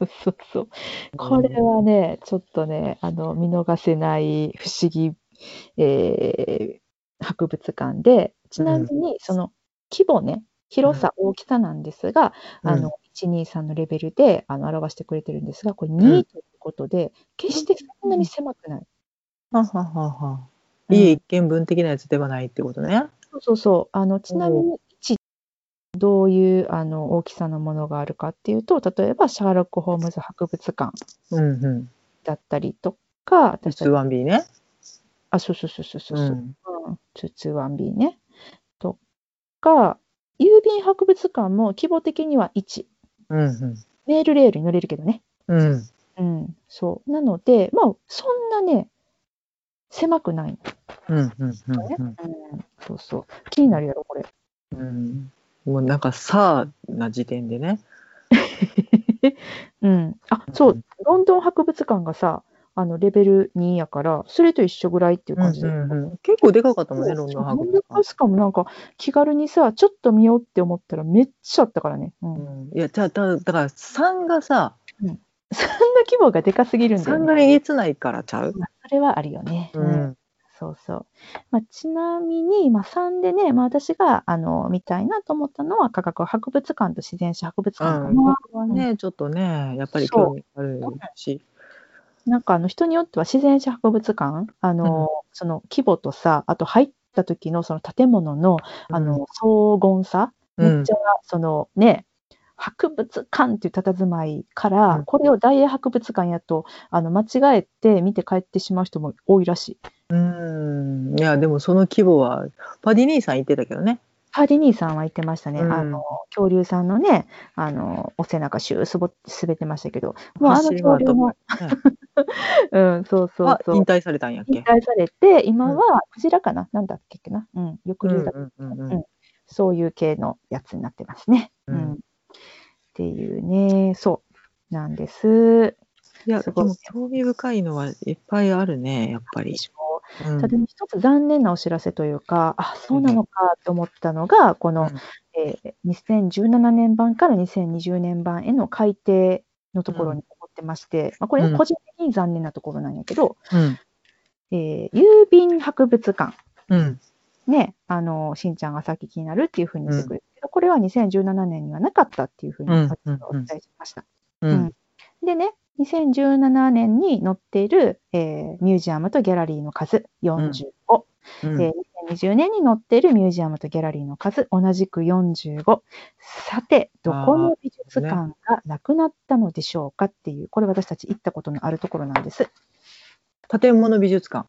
うそうそう。これはね、ちょっとね、あの見逃せない不思議、えー博物館で、ちなみにその規模ね、広さ、大きさなんですが、あの123のレベルであの表してくれてるんですが、これ2
うん
ということで、決してそんなに狭くない。
はははは。
うん
家一軒分的なやつではないってことね。
そうそうそう。あのちなみに1どういうあの大きさのものがあるかっていうと例えばシャーロック・ホームズ博物館
うんうん。
だったりとか私たち
S1B ね。
あそうそうそうそうそうう、うん
ん。
221B ねとか郵便博物館も規模的には1
うんうん。
メールレールに乗れるけどね
うん。
うんそうなのでまあそんなね狭くないの、
うんうんうん
うん、そうそう気になるやろこれ
うん。うん。もうなんかさあな時点でね。
うん、あそう、ロンドン博物館がさ、あのレベル2やから、それと一緒ぐらいっていう
うん
感じ
う
で。
んうん。結構でかかった
そう
もんね、ロンドン博
ロンド
物
ン博
館。
物館もなんか気軽にさ、ちょっと見ようって思ったらめっちゃあったからね。うん、
う
そん なん
いや、じゃあ、だだから、3がさ、
規模がでかすぎるんだよ
3
ね。
がえげつないからちゃう。
まあそれはあるよね。
う、ん。
そうそう。まあ、ちなみに、まあ、3でね、まあ、私があの見たいなと思ったのは、科学博物館と自然史博物館かな。
うんこれはね、ちょっとね、やっぱり興味あるし。
なんかあの人によっては自然史博物館あの、その規模とさあと入った時のその建物のあの荘厳さ、めっちゃそのね博物館っていう佇まいから、
うん
これを大英博物館やとあの間違えて見て帰ってしまう人も多いらしい。
うん。うん。いや、でもその規模は、パディニーさん言ってたけどね。
ハーディニーさんは言ってましたね、
うん
あの恐竜さんのねあのお背中シューすぼ滑ってましたけどもうあの
走り
恐
回る
竜
と
の
こ、
うん、そうそう
は
そう
引退されたんやっ
引
け。
退されて今はクジラかな、なんだっけな、うん、
う
翼
ん
竜だ
うんうんうん
うんそういう系のやつになってますね。
う
うんんっていうね、そうなんです。
いや、
す
で
ごい
も興味深いのはいっぱいあるね、やっぱり。うん
ただね、一つ残念なお知らせというか、あそうなのかと思ったのが、この、えー2017年版から2020年版への改定のところに起こってまして、まあ、これ、
うん
ね、個人的に残念なところなんやけど、
うん。
えー郵便博物館、
うん。
ね、あのしんちゃんがさっき気になるっていうふうに言ってくれたけど、これは2017年にはなかったっていうふうに
うんうん
私はお伝えしました。
うん。うん
でね、2017年に載っている、えーミュージアムとギャラリーの数45、
うん
えー2020年に載っているミュージアムとギャラリーの数同じく45。さて、どこの美術館がなくなったのでしょうかっていう、これ私たち行ったことのあるところなんです。
建物美術館。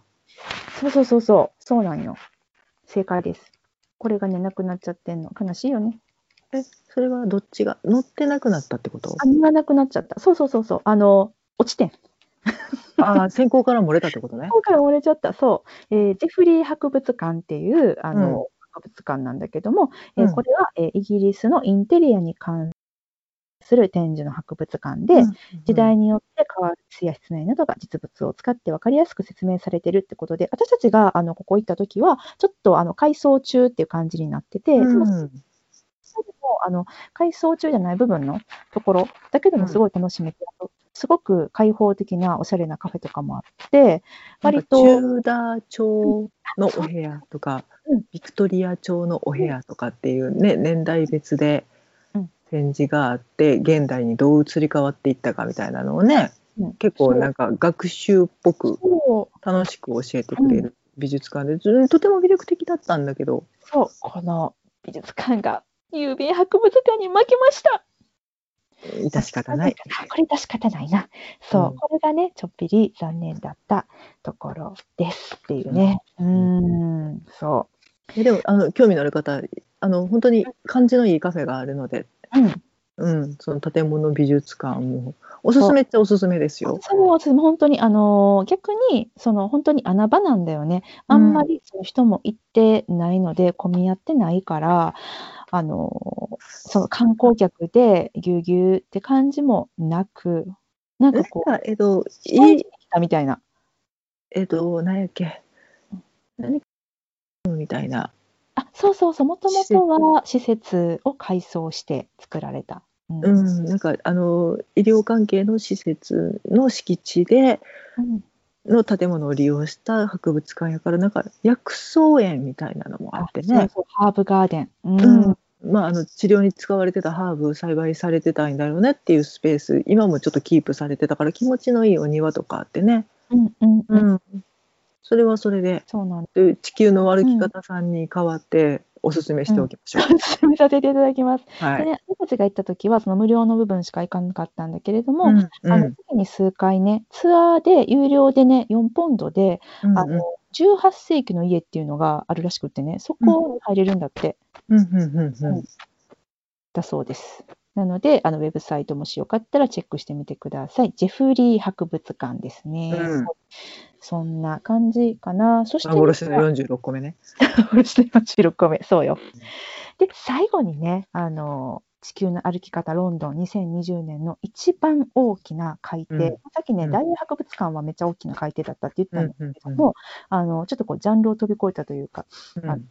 そうそうそうそう、そうなんよ。正解です。これがね、なくなっちゃってんの。悲しいよね。
え、それはどっちが乗ってなくなったってこと
あんななくなっちゃった。そうそうそうそう。あの、落ちてん。
ああ、先行から漏れたってことね。
今回折れちゃった、そう、えージェフリー博物館っていうあの、博物館なんだけども、えー
うん
これは、えーイギリスのインテリアに関する展示の博物館で、
うん
時代によって変わる室や室内などが実物を使って分かりやすく説明されてるってことで、私たちがあのここ行った時は、ちょっとあの改装中っていう感じになってて、
う
その
ん
もあの改装中じゃない部分のところだけでもすごい楽しめて、あとすごく開放的なおしゃれなカフェとかもあって、割と。
なんかチューダー町のお部屋とか、
うん
ビクトリア町のお部屋とかっていうね年代別で
うん
展示があって現代にどう移り変わっていったかみたいなのをね、
うん
結構なんか学習っぽく
そう
楽しく教えてくれる美術館で、ずとても魅力的だったんだけど
そう、この美術館が郵便博物館に負けました。
致し方ない。
あこれ出し方ないな。そう、
うん
これがね、ちょっぴり残念だったところですっていうね。うーん、そ
えでもあの興味のある方あの本当に感じのいいカフェがあるので、
う。うん、
うん、その建物美術館もおすすめっちゃおすすめですよ。
それは私も本当に、あのー逆に、その本当に穴場なんだよね。あんまりその人も行ってないので、混み合ってないから、あのーその観光客でぎゅうぎゅうって感じもなく、なん
なん
かこう、
かえっとい
い
い
に来たみたいな。
えっと、何やっけ、何みたいな。
あそうそうそう、もとも
施設
とは施設を改装して作られた。うん
うん、なんか、あの、医療関係の施設の敷地で、
うん
の建物を利用した博物館やから、なんか、薬草園みたいなのもあって
そう
ね。
そうハーブガーデン。うん
うんまあ、あの治療に使われてたハーブを栽培されてたんだろうねっていうスペース今もちょっとキープされてたから気持ちのいいお庭とかあってね、
うんうんうん
ん、それはそれで
そうなんで
で地球の歩き方さんに代わっておすすめしておきましょう。
す。 進めさせていただきます。
は
で
い。
ね、私たちが行った時は、その無料の部分しか行かなかったんだけれども、
うんうん
あの、月に数回ね、ツアーで、有料でね、4ポンドで、あの、18世紀の家っていうのがあるらしくってね、そこに入れるんだって、
うんうんうんうんうん
だそうです。なので、あの、ウェブサイトもしよかったらチェックしてみてください。ジェフリー博物館ですね。
うん
そんな感じかな。そして、
幻の46個目ね。
幻の46個目。そうよ。で、最後にね、あの、地球の歩き方ロンドン2020年の一番大きな改定、
うん
さっきね、
うん
大英博物館はめっちゃ大きな改定だったって言ったんだけど
うんうん
も、あのちょっとこうジャンルを飛び越えたというか、
うん
あの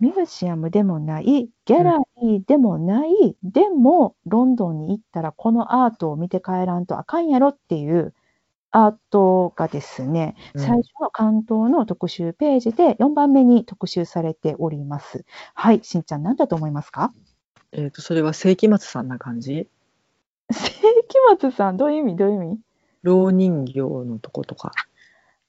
ミュージアムでもない、ギャラリーでもない、でもロンドンに行ったらこのアートを見て帰らんとあかんやろっていうアートがですね、
うん
最初の関東の特集ページで4番目に特集されております。はい、しんちゃん何だと思いますか
えっとそれは世紀末さんな感じ
世紀末さん、どういう意味どういう意味
老人形のとことか。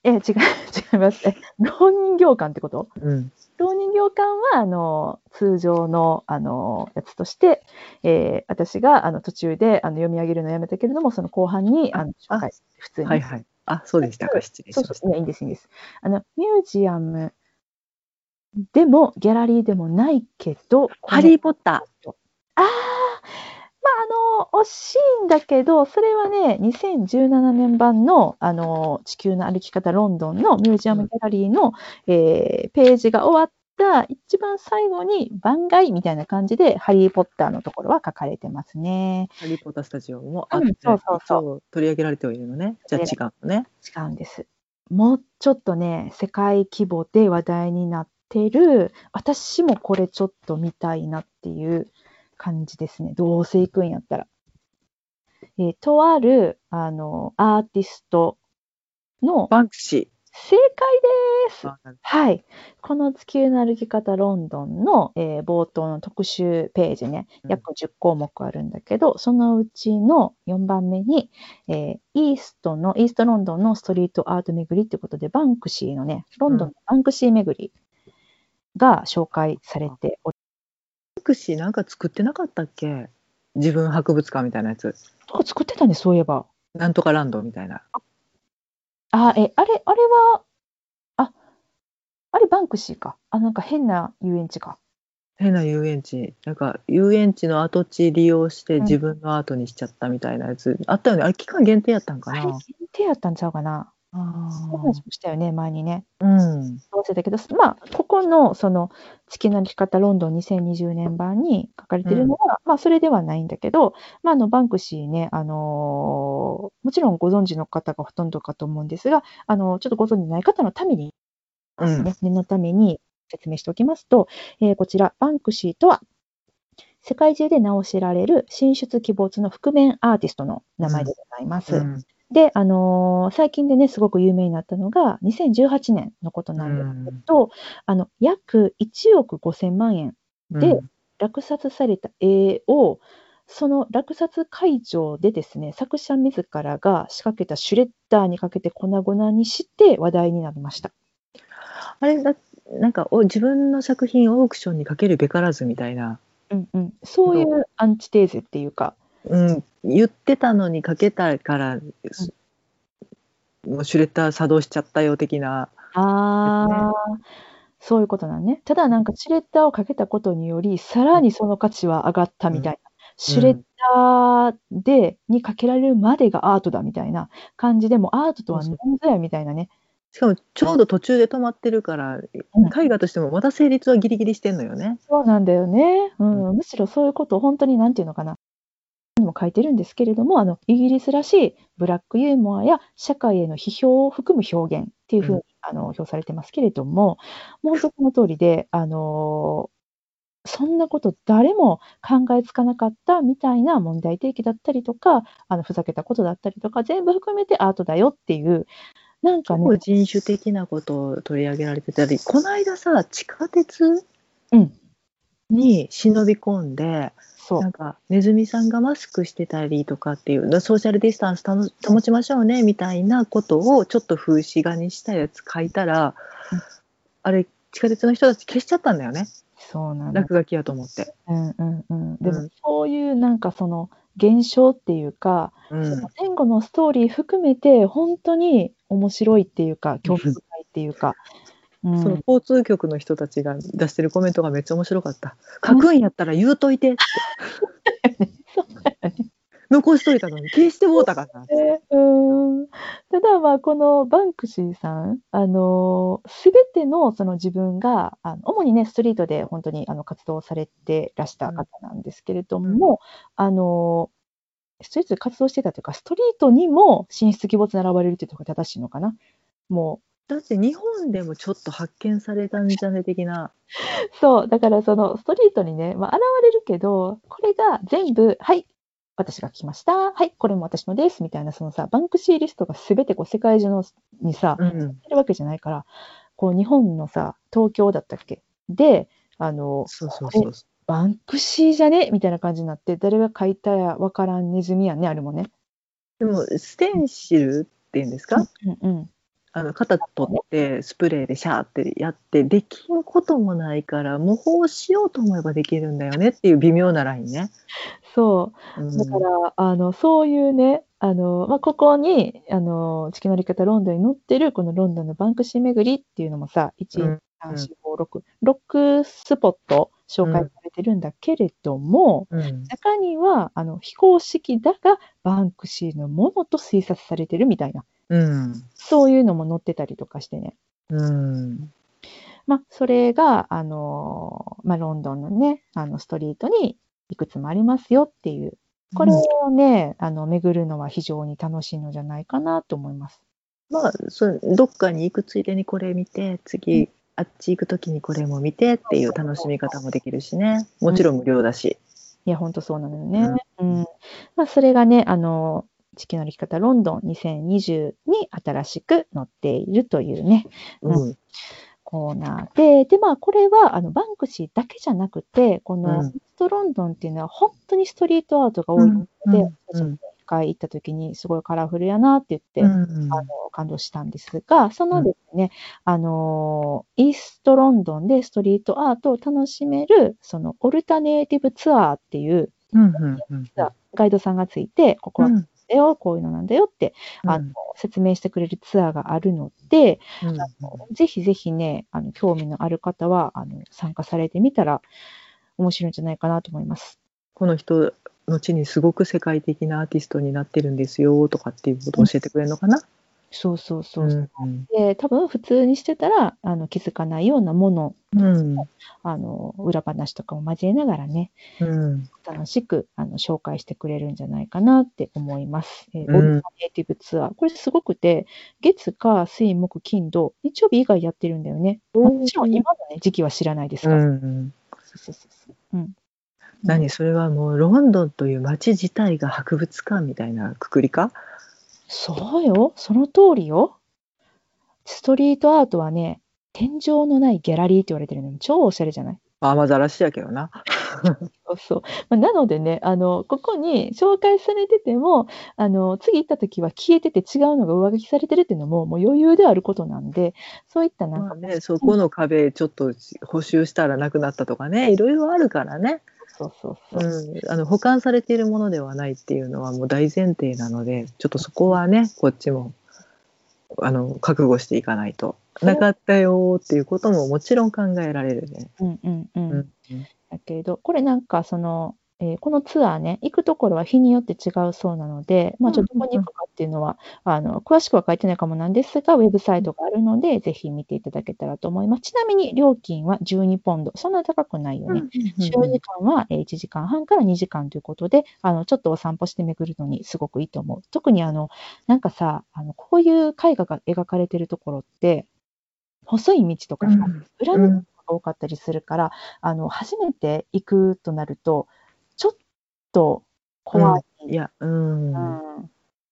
え、違う、 違います。え、老人形館ってこと
うん
老人形館はあの通常のあのやつとして、えー私があの途中であの読み上げるのをやめたけれどもその後半にあの
あ
紹介普通に、
はいはい。あそうでしたか失礼し
そう
ま
そう
し
いやいいんですいいんですあのミュージアムでもギャラリーでもないけど
た。ハリ
ー
ー・ポッ
あ
タ
ーまああの惜しいんだけどそれはね2017年版のあの「地球の歩き方ロンドン」のミュージアムギャラリーの、えーページが終わった一番最後に番外みたいな感じで「ハリー・ポッター」のところは書かれてますね。
ー。ハリー・ポッタースタジオもあ
う
っ
ん
て、
そうそうそう
一応取り上げられてはいるのね。じゃあ違うのね。
違うんです。もうちょっとね、世界規模で話題になってる、私もこれちょっと見たいなっていう感じですね。どうせ行くんやったら。えーとあるあのアーティストの
バンクシ
正解です
ー。あなる
はい。この地球の歩き方ロンドンの、えー冒頭の特集ページね、
うん
約10項目あるんだけど、そのうちの4番目に、えーイーストの、イーストロンドンのストリートアート巡りということで、バンクシーのね、ロンドンのバンクシー巡りが紹介されており、
バンクシーなんか作ってなかったっけ自分博物館みたいなやつ。
あ作ってたね、そういえば。
なんとかランドみたいな。
あ、え、あれ、あれは、あ、あれバンクシーか。あ、なんか変な遊園地か。
変な遊園地なんか遊園地の跡地利用して
うん
自分のアートにしちゃったみたいなやつ、あったよねあれ期間限定やったんか
あれ
な
限定やったんちゃうかな。そういう
あ
話もしたよね、前にね。
ーうん
忘れたけど、まあ、ここの、その、地球の歩き方ロンドン2020年版に書かれているのは、まあ、それではないんだけど、まあ、あの、バンクシーね、あのーもちろんご存知の方がほとんどかと思うんですが、あの、ちょっとご存知ない方のために、
うん
ね、念のために説明しておきますと、えーこちら、バンクシーとは、世界中で名を知られる進出鬼没の覆面アーティストの名前でございます。
うん
で、あのー最近でね、すごく有名になったのが、2018年のことなんですけど、あの、約1億5000万円で
うん
落札された絵を、その落札会場でですね、作者自らが仕掛けたシュレッダーにかけて粉々にして話題になりました。
あれだなんかお自分の作品をオークションにかけるべからずみたいな、
うんうん、そういうアンチテーゼっていうか、
うん、言ってたのにかけたから、すもうシュレッダー作動しちゃったよ的な
ああ、そういうことなんね。ただなんかシュレッダーをかけたことにより、さらにその価値は上がったみたいな。シュレッダーで、にかけられるまでがアートだみたいな感じでも、アートとは
そう
何ぞやみたいなね。
しかもちょうど途中で止まってるから
うん
絵画としてもまた成立はギリギリしてんのよね。
そうなんだよね。うん、むしろそういうことを本当になんていうのかな。にも書いてるんですけれども、あのイギリスらしいブラックユーモアや社会への批評を含む表現っていうふうに、
うん
あの表されてますけれども、もうそこの通りで、あのーそんなこと誰も考えつかなかったみたいな問題提起だったりとか、あのふざけたことだったりとか、全部含めてアートだよっていう、なんかね、
人種的なことを取り上げられてたりこの間さ地下鉄
うん
に忍び込んで
そう
なんかネズミさんがマスクしてたりとかっていうソーシャルディスタンス保保ちましょうねみたいなことをちょっと風刺画にしたやつ書いたら、
うん
あれ地下鉄の人たち消しちゃったんだよね
そうなの
落書きやと思って。
うんうんうん、で
う
も
ん
そういうなんかその現象っていうか、
うん
その前後のストーリー含めて本当に面白いっていうか興味深いっていうか、うん
その交通局の人たちが出してるコメントがめっちゃ面白かった。書くんやったら言うといてって。残しといたのに消してもうたかな。
でうんただまあこのバンクシーさん、あの全てのその自分があの主にねストリートで本当にあの活動されてらした方なんですけれども、あのストリートで活動してたというかストリートにも進出鬼没に現れるというところが正しいのかな。もう
だって日本でもちょっと発見されたんじゃね的な。
そう、だからそのストリートにね、まあ、現れるけど、これが全部、はい、私が来ました、はい、これも私のです、みたいな、そのさ、バンクシーリストが全てこう世界中のにさ、
う
や
ん。
ってるわけじゃないから、こう日本のさ、東京だったっけで、あの、
そうそうそうそ
バンクシーじゃねみたいな感じになって、誰が書いたやわからんネズミやんね、あれもね。
う。でもステンシルっていうんですか、
うんうん。
あの肩取ってスプレーでシャーってやってできることもないから模倣しようと思えばできるんだよねっていう微妙なラインね。
そう。
うん
だから、あのそういうねあの、まあ、ここにあの地球の歩り方ロンドンに載ってるこのロンドンのバンクシー巡りっていうのもさ
う
1
ん、
3 4 5 6 6スポット紹介されてるんだけれども、
うん
中にはあの非公式だがバンクシーのものと推察されてるみたいな
うん
そういうのも載ってたりとかしてね
うん
まあ、それが、あのーまあ、ロンドンのね、あのストリートにいくつもありますよっていう、これをね、あの巡るのは非常に楽しいのじゃないかなと思います。
まあそれどっかに行くついでにこれ見て次あっち行く時にこれも見てっていう楽しみ方もできるしねもちろん無料だし。
いや、ほんとそうなのよね。うん。まあ、それがね、あの地球の歩き方ロンドン2020に新しく載っているというね、うん
うん
コーナーで、で、まあ、これは、あの、バンクシーだけじゃなくて、この、
うん
ウェストロンドンっていうのは、本当にストリートアートが多
う
い
ん
の
う
で、
んうん
一回行った時にすごいカラフルやなって言って、
うん
あの感動したんですが、そのですね、あのイーストロンドンでストリートアートを楽しめるそのオルタネイティブツアーっていう
うんうんうん
ガイドさんがついて、ここは
う
こ
ん
れよ、こういうのなんだよって、あの説明してくれるツアーがあるので、
うん
ぜひぜひね、あの興味のある方はあの参加されてみたら面白いんじゃないかなと思います。
この人の地にすごく世界的なアーティストになってるんですよとかっていうことを教えてくれるのかな。
そうそうそうう。
んうん
で多分普通にしてたらあの気づかないようなもの
うん
あの裏話とかも交えながらね
うん
楽しくあの紹介してくれるんじゃないかなって思います。えー
うん
オルタネイティブツアーこれすごくて月火水木金土日曜日以外やってるんだよね。もちろん今の、ね、時期は知らないです
う
が、
ん、
そうそうそうそううん、
何それはもうロンドンという街自体が博物館みたいなくくりか
そうよその通りよ。ストリートアートはね天井のないギャラリーって言われてるのに超おしゃれじゃない
まあまざらしやけどな。
そうそうまあなのでねあのここに紹介されててもあの次行った時は消えてて違うのが上書きされてるっていうのももう余裕であることなんでそういったなん
ま
か、
あね、そこの壁ちょっと補修したらなくなったとかねいろいろあるからね、
そうそう
う
そう、
ん、あの保管されているものではないっていうのはもう大前提なのでちょっとそこはねこっちもあの覚悟していかないとなかったよーっていうことももちろん考えられるね。
うんうんうん
うん
だけれどこれなんかその、えーこのツアーね行くところは日によって違うそうなので、まあ、ちょっとどこに行くかっていうのは、あの詳しくは書いてないかもなんですがウェブサイトがあるのでぜひ見ていただけたらと思いますちなみに料金は12ポンドそんなに高くないよね、使用時間はえー1時間半から2時間ということで、あのちょっとお散歩して巡るのにすごくいいと思う。特にあの、なんかさ、あのこういう絵画が描かれてるところって、細い道とかさ、裏道が多かったりするから、あの初めて行くとなると、ちょっと怖い。
いやうん、
う
や
んっ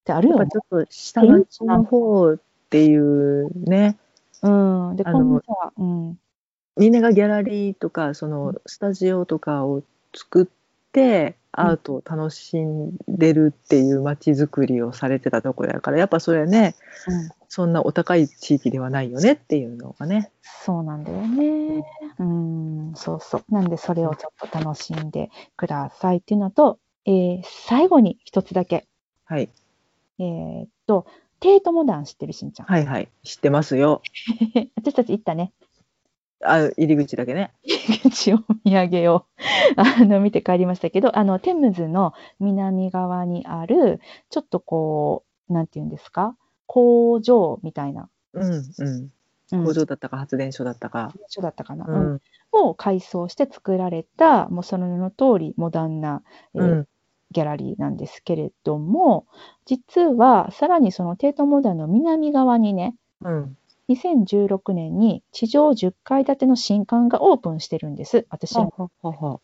てある
っ
よ
ぱ
ね
ち。ょっと下町の方っていうね
うん、で、
あ
こ
の
のさ、うん、
みんながギャラリーとかそのスタジオとかを作っってアートを楽しんでるっていう街づくりをされてたところやからやっぱそれね
うん、
そんなお高い地域ではないよねっていうのがね。
そうなんだよね。うん、そうそう。なんで、それをちょっと楽しんでくださいっていうのと、えー最後に一つだけ。
はい、
えーっと、テートモダン知ってるしんちゃん。
はい、はい知ってますよ。
私たち行ったね。
あ入り口だけね。
口を見上げを あの見て帰りましたけどあのテムズの南側にあるちょっとこうなんていうんですか工場みたいな、
うんうん、
うん、
工場だったか発電所だったか。
所だったかな、
う
うん
ん
を改装して作られたもうその名の通りモダンな、えー
うん
ギャラリーなんですけれども実はさらにそのテートモダンの南側にね
うん、
2016年に地上10階建ての新館がオープンしてるんです私は
ははは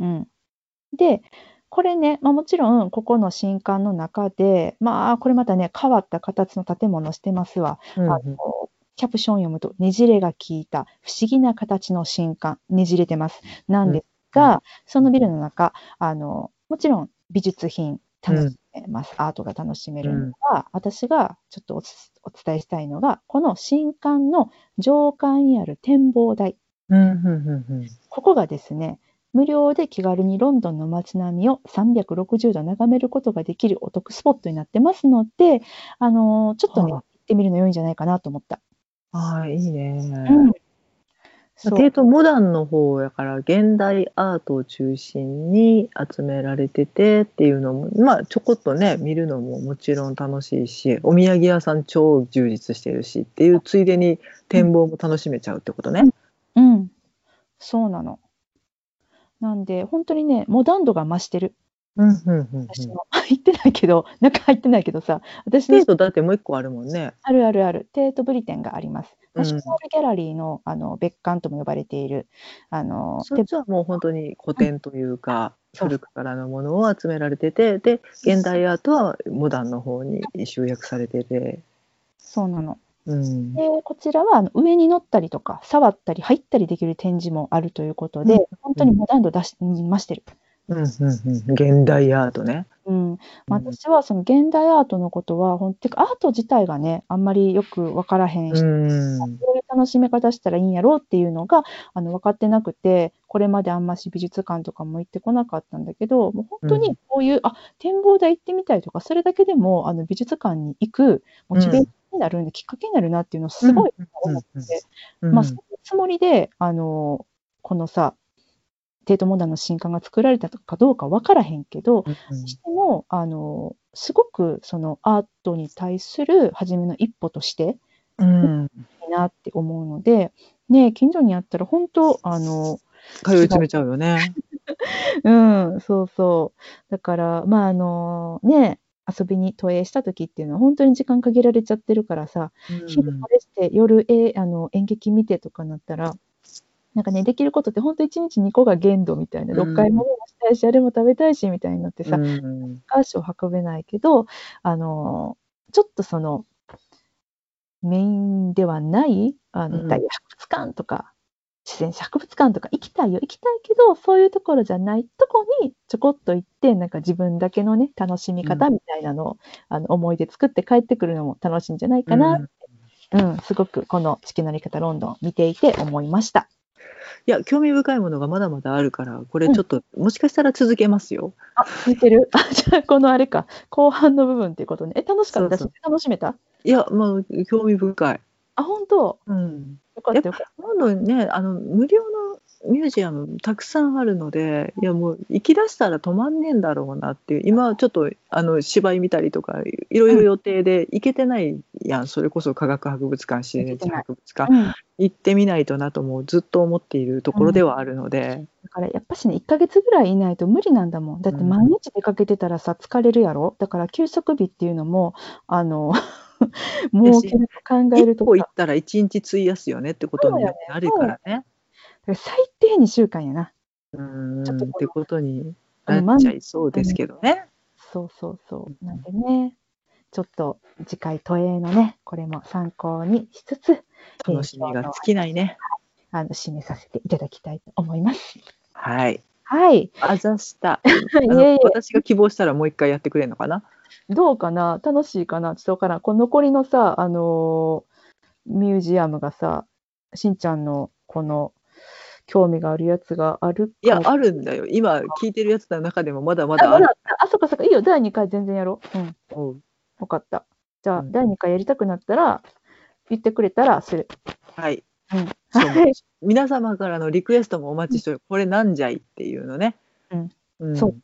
うん、でこれね、まあ、もちろんここの新館の中でまあこれまたね変わった形の建物してますわ、
うん
あのキャプション読むと「ねじれが効いた不思議な形の新館ねじれてます」なんですが、そのビルの中あのもちろん美術品楽しめます、アートが楽しめるのは、私がちょっとおすお伝えしたいのがこの新館の上階にある展望台
うんうんうんうん
ここがですね、無料で気軽にロンドンの街並みを360度眺めることができるお得スポットになってますので、あのーちょっとね、
はあ
行ってみるの良いんじゃないかなと思った。
ああいいね。
うん。
まあ
そう
テートモダンの方やから現代アートを中心に集められててっていうのもまあちょこっとね見るのももちろん楽しいしお土産屋さん超充実してるしっていうついでに展望も楽しめちゃうってことね。
うん。そうなの。なんで、本当にね、モダン度が増してる。
うんうんうんうん、
私
テ
の。 入ってないけど、中入ってないけどさ、私の
ートだってもう一個あるもんね。
あるあるある、テートブリテンがあります。
うん
ナショナルギャラリーのあの別館とも呼ばれている、あの
そ
テ
っちはもう本当に古典というか
そう
古くからのものを集められててで現代アートはモダンの方に集約されてて。
そうなの。
うん
でこちらはあの上に乗ったりとか触ったり入ったりできる展示もあるということで、
うん
本当にモダン度出し増してる、
うんうんうん、現代アートね。
うんまあ、私はその現代アートのことは本当にアート自体がねあんまりよく分からへんし、
うん
どういう楽しめ方したらいいんやろうっていうのがあの分かってなくてこれまであんまし美術館とかも行ってこなかったんだけどもう本当
う
にこういう、あ展望台行ってみたいとかそれだけでもあの美術館に行くモチベーションになるんで、きっかけになるなっていうのをすごい思って。
うん
まあ、そのつもりで、あのこのさ、帝都モダンの新刊が作られたかどうかわからへんけど、
うん
しても、あのすごくそのアートに対する初めの一歩として
うん
いいなって思うので、ね、近所にあったら本当、あの
通い詰めちゃうよね。
うん、そうそう。だから、まあ、あのね、遊びに投影した時っていうのは本当に時間限られちゃってるからさ、昼
うん
までして夜えあの演劇見てとかなったらなんかねできることって本当一日2個が限度みたいな
うん
6回もしたいし、あれも食べたいしみたいになってさ、
うん
足を運べないけどあのちょっとそのメインではないあの、
うん
大博物館とか自然史博物館とか行きたいよ行きたいけどそういうところじゃないとこにちょこっと行ってなんか自分だけのね楽しみ方みたいなのを、あの思い出作って帰ってくるのも楽しいんじゃないかなっ
うん
うん、すごくこの「地球のあり方ロンドン」見ていて思いました。
いや興味深いものがまだまだあるからこれちょっと、もしかしたら続けますよ。
あ、続いてるあ、 じゃあこのあれか、後半の部分っていうことね。え、楽しかった
そう
楽しめた
いやまあ興味深い。
あ、本当
うん、
よかったよかっ
ロンドンねあの無料のミュージアムたくさんあるのでいやもう行き出したら止まんねえんだろうなっていう今ちょっとあの芝居見たりとかいろいろ予定で行けてないやんそれこそ科学博物館自然史博物
た。
館
うん、だ
行ってみないとなともうずっと思っているところではあるので、
からやっぱしね、1ヶ月ぐらいいないと無理なんだもん。だって毎日出かけてたらさ、疲れるやろだから休息日っていうのも、あ の、もう
です
考える
一
と
歩
か、
行ったら一日費やすよねってことになるからね。
最低2週間やな。
うんっ
ちょっとこの
てことになっちゃいそうですけどね。
そうそうそう。なんでね、ちょっと次回都営のね、これも参考にしつつ、うん
楽しみが尽きないね。
あの締めさせていただきたいと思います。
はい。
はい。
あざし た。あ
いえい
の
え
私が希望したらもう一回やってくれるのかな。
どうかな楽しいかなちょっとわからん。この残りのさ、あのーミュージアムがさ、しんちゃんのこの興味があるやつがあるか
いや、
あ
あるんだよ。今聞いてるやつの中でもまだまだ
ま
ある
だ。あったあ、そっかそっか。いいよ。第2回全然やろう。うん。
うん
わかった。じゃあ、
うん
第2回やりたくなったら、言ってくれたらする。
はい。
うん
そう
はい
皆様からのリクエストもお待ちしておる。これなんじゃいっていうのね。
うん
うん。
そう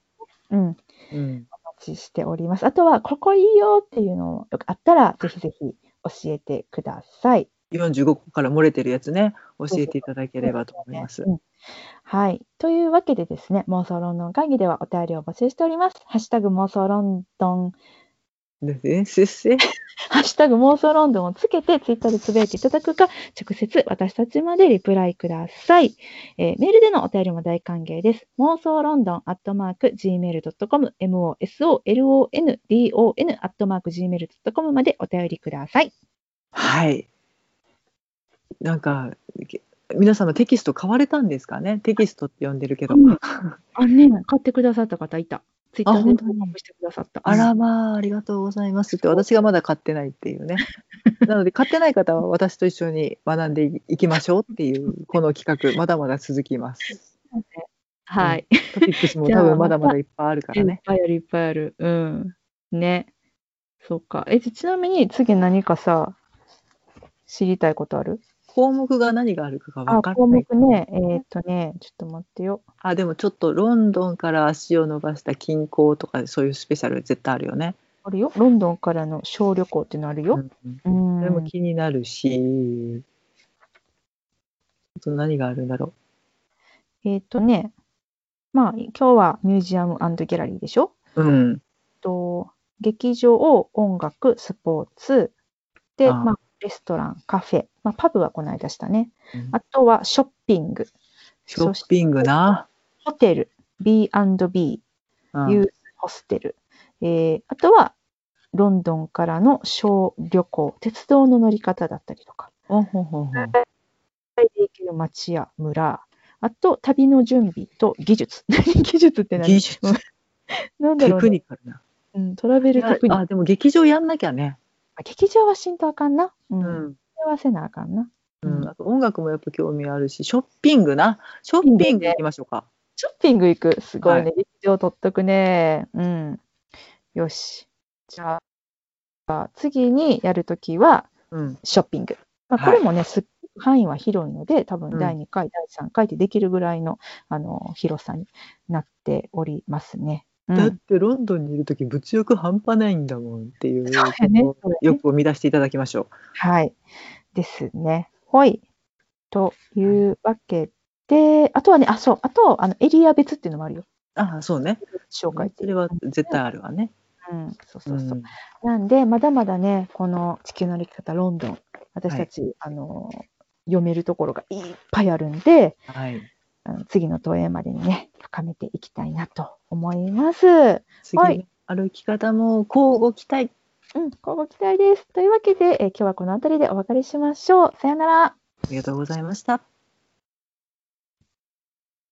うん。
うん。
お待ちしております。あとは、ここいいよっていうのあったら、ぜひぜひ教えてください。
45個から漏れてるやつね、教えていただければと思います。
うんはい。というわけでですね、妄想ロンドン会議ではお便りを募集しております。ハッシュタグ妄想ロンドン、
ですね、せっせ。
ハッシュタグ妄想ロンドンをつけて、ツイッターでつぶやいていただくか、直接私たちまでリプライください。えーメールでのお便りも大歓迎です。妄想ロンドンアットマーク gmail.com、mosolondon アットマーク gmail.com までお便りください。
はい。なんか、け皆様テキスト買われたんですかねテキストって呼んでるけど。
うんあ、ね、買ってくださった方いた。ツイッタ
あ
ーで
本当に
登録してくださった。
あらまあ、ありがとうございますって、私がまだ買ってないってい うね。なので、買ってない方は私と一緒に学んでいいきましょうっていう、この企画、まだまだ続きます。
はい。
トピックスも多分まだまだいっぱいあるから
いっ
ね。
ぱいあるいっぱいある。うん。ね。そうか。え、じゃちなみに次何かさ、知りたいことある
項目が何があるかが
あ、
分か
項
んな
目
い。
ね。えーっとね、ちょっと待ってよ。
あ、でもちょっとロンドンから足を伸ばした近郊とか、そういうスペシャル絶対あるよね。
あるよ。ロンドンからの小旅行っていうのある
う
よ。
ん、
うん。
それも気になるし、あと何があるんだろ
えーっとね、まあ、今日はミュージアムギャラリーでしょ
う。うん。
と、劇場、音楽、スポーツ、で、
あ
まあ、レストラン、カフェ、まあ、パブはこの間したね
うん。
あとはショッピング、
ショッピングな。
ホテル、B&B、
うん
ユースホステル、えーあとはロンドンからの小旅行、鉄道の乗り方だったりとか、
おほほほ。
できる町や村、あと旅の準備と技術。 何技術って
技
何
術
なんだ
テ
ろうね、
クニカルな。
うん、トラベルテクニッ
あでも劇場やんなきゃね。
ク。劇場はしんとあかんな。う。
うんん。
合わせなあかんな。
うん、あと音楽もやっぱ興味あるし、ショッピングな。ショッピング行きましょうか。
ショッピング行く。すごいね。
は
劇場取っとくね。うん。よし。じゃあ、次にやるときは、
うん。
ショッピング。まあ、
は
こ
い
れもね、すっ範囲は広いので、多
う
分
ん
第2回、第3回ってできるぐらいのあの広さになっておりますね。うん
だってロンドンにいるとき物欲半端ないんだもんっていう
そうやねそうやね
よく見出していただきましょ
はい。ですね。ほい。というわけで、あとはね、あ、そう、あと、あのエリア別っていうのもあるよ。
う。ああ、そうね。
紹介って
そ
いう
れは絶対あるわね。
うん、そう
う
そうそう。
ん
なんで、まだまだね、この地球の歩き方、ロンドン、私たち、あの、読めるところがいっぱいあるんで、
はい。
あの次の投影までにね、深めていきたいなと思います。う
次
は
の
い
歩き方も交互期待。
ん、今後期待です。というわけで、えー今日はこの辺りでお別れしましょう。さよなら。
ありがとうございました。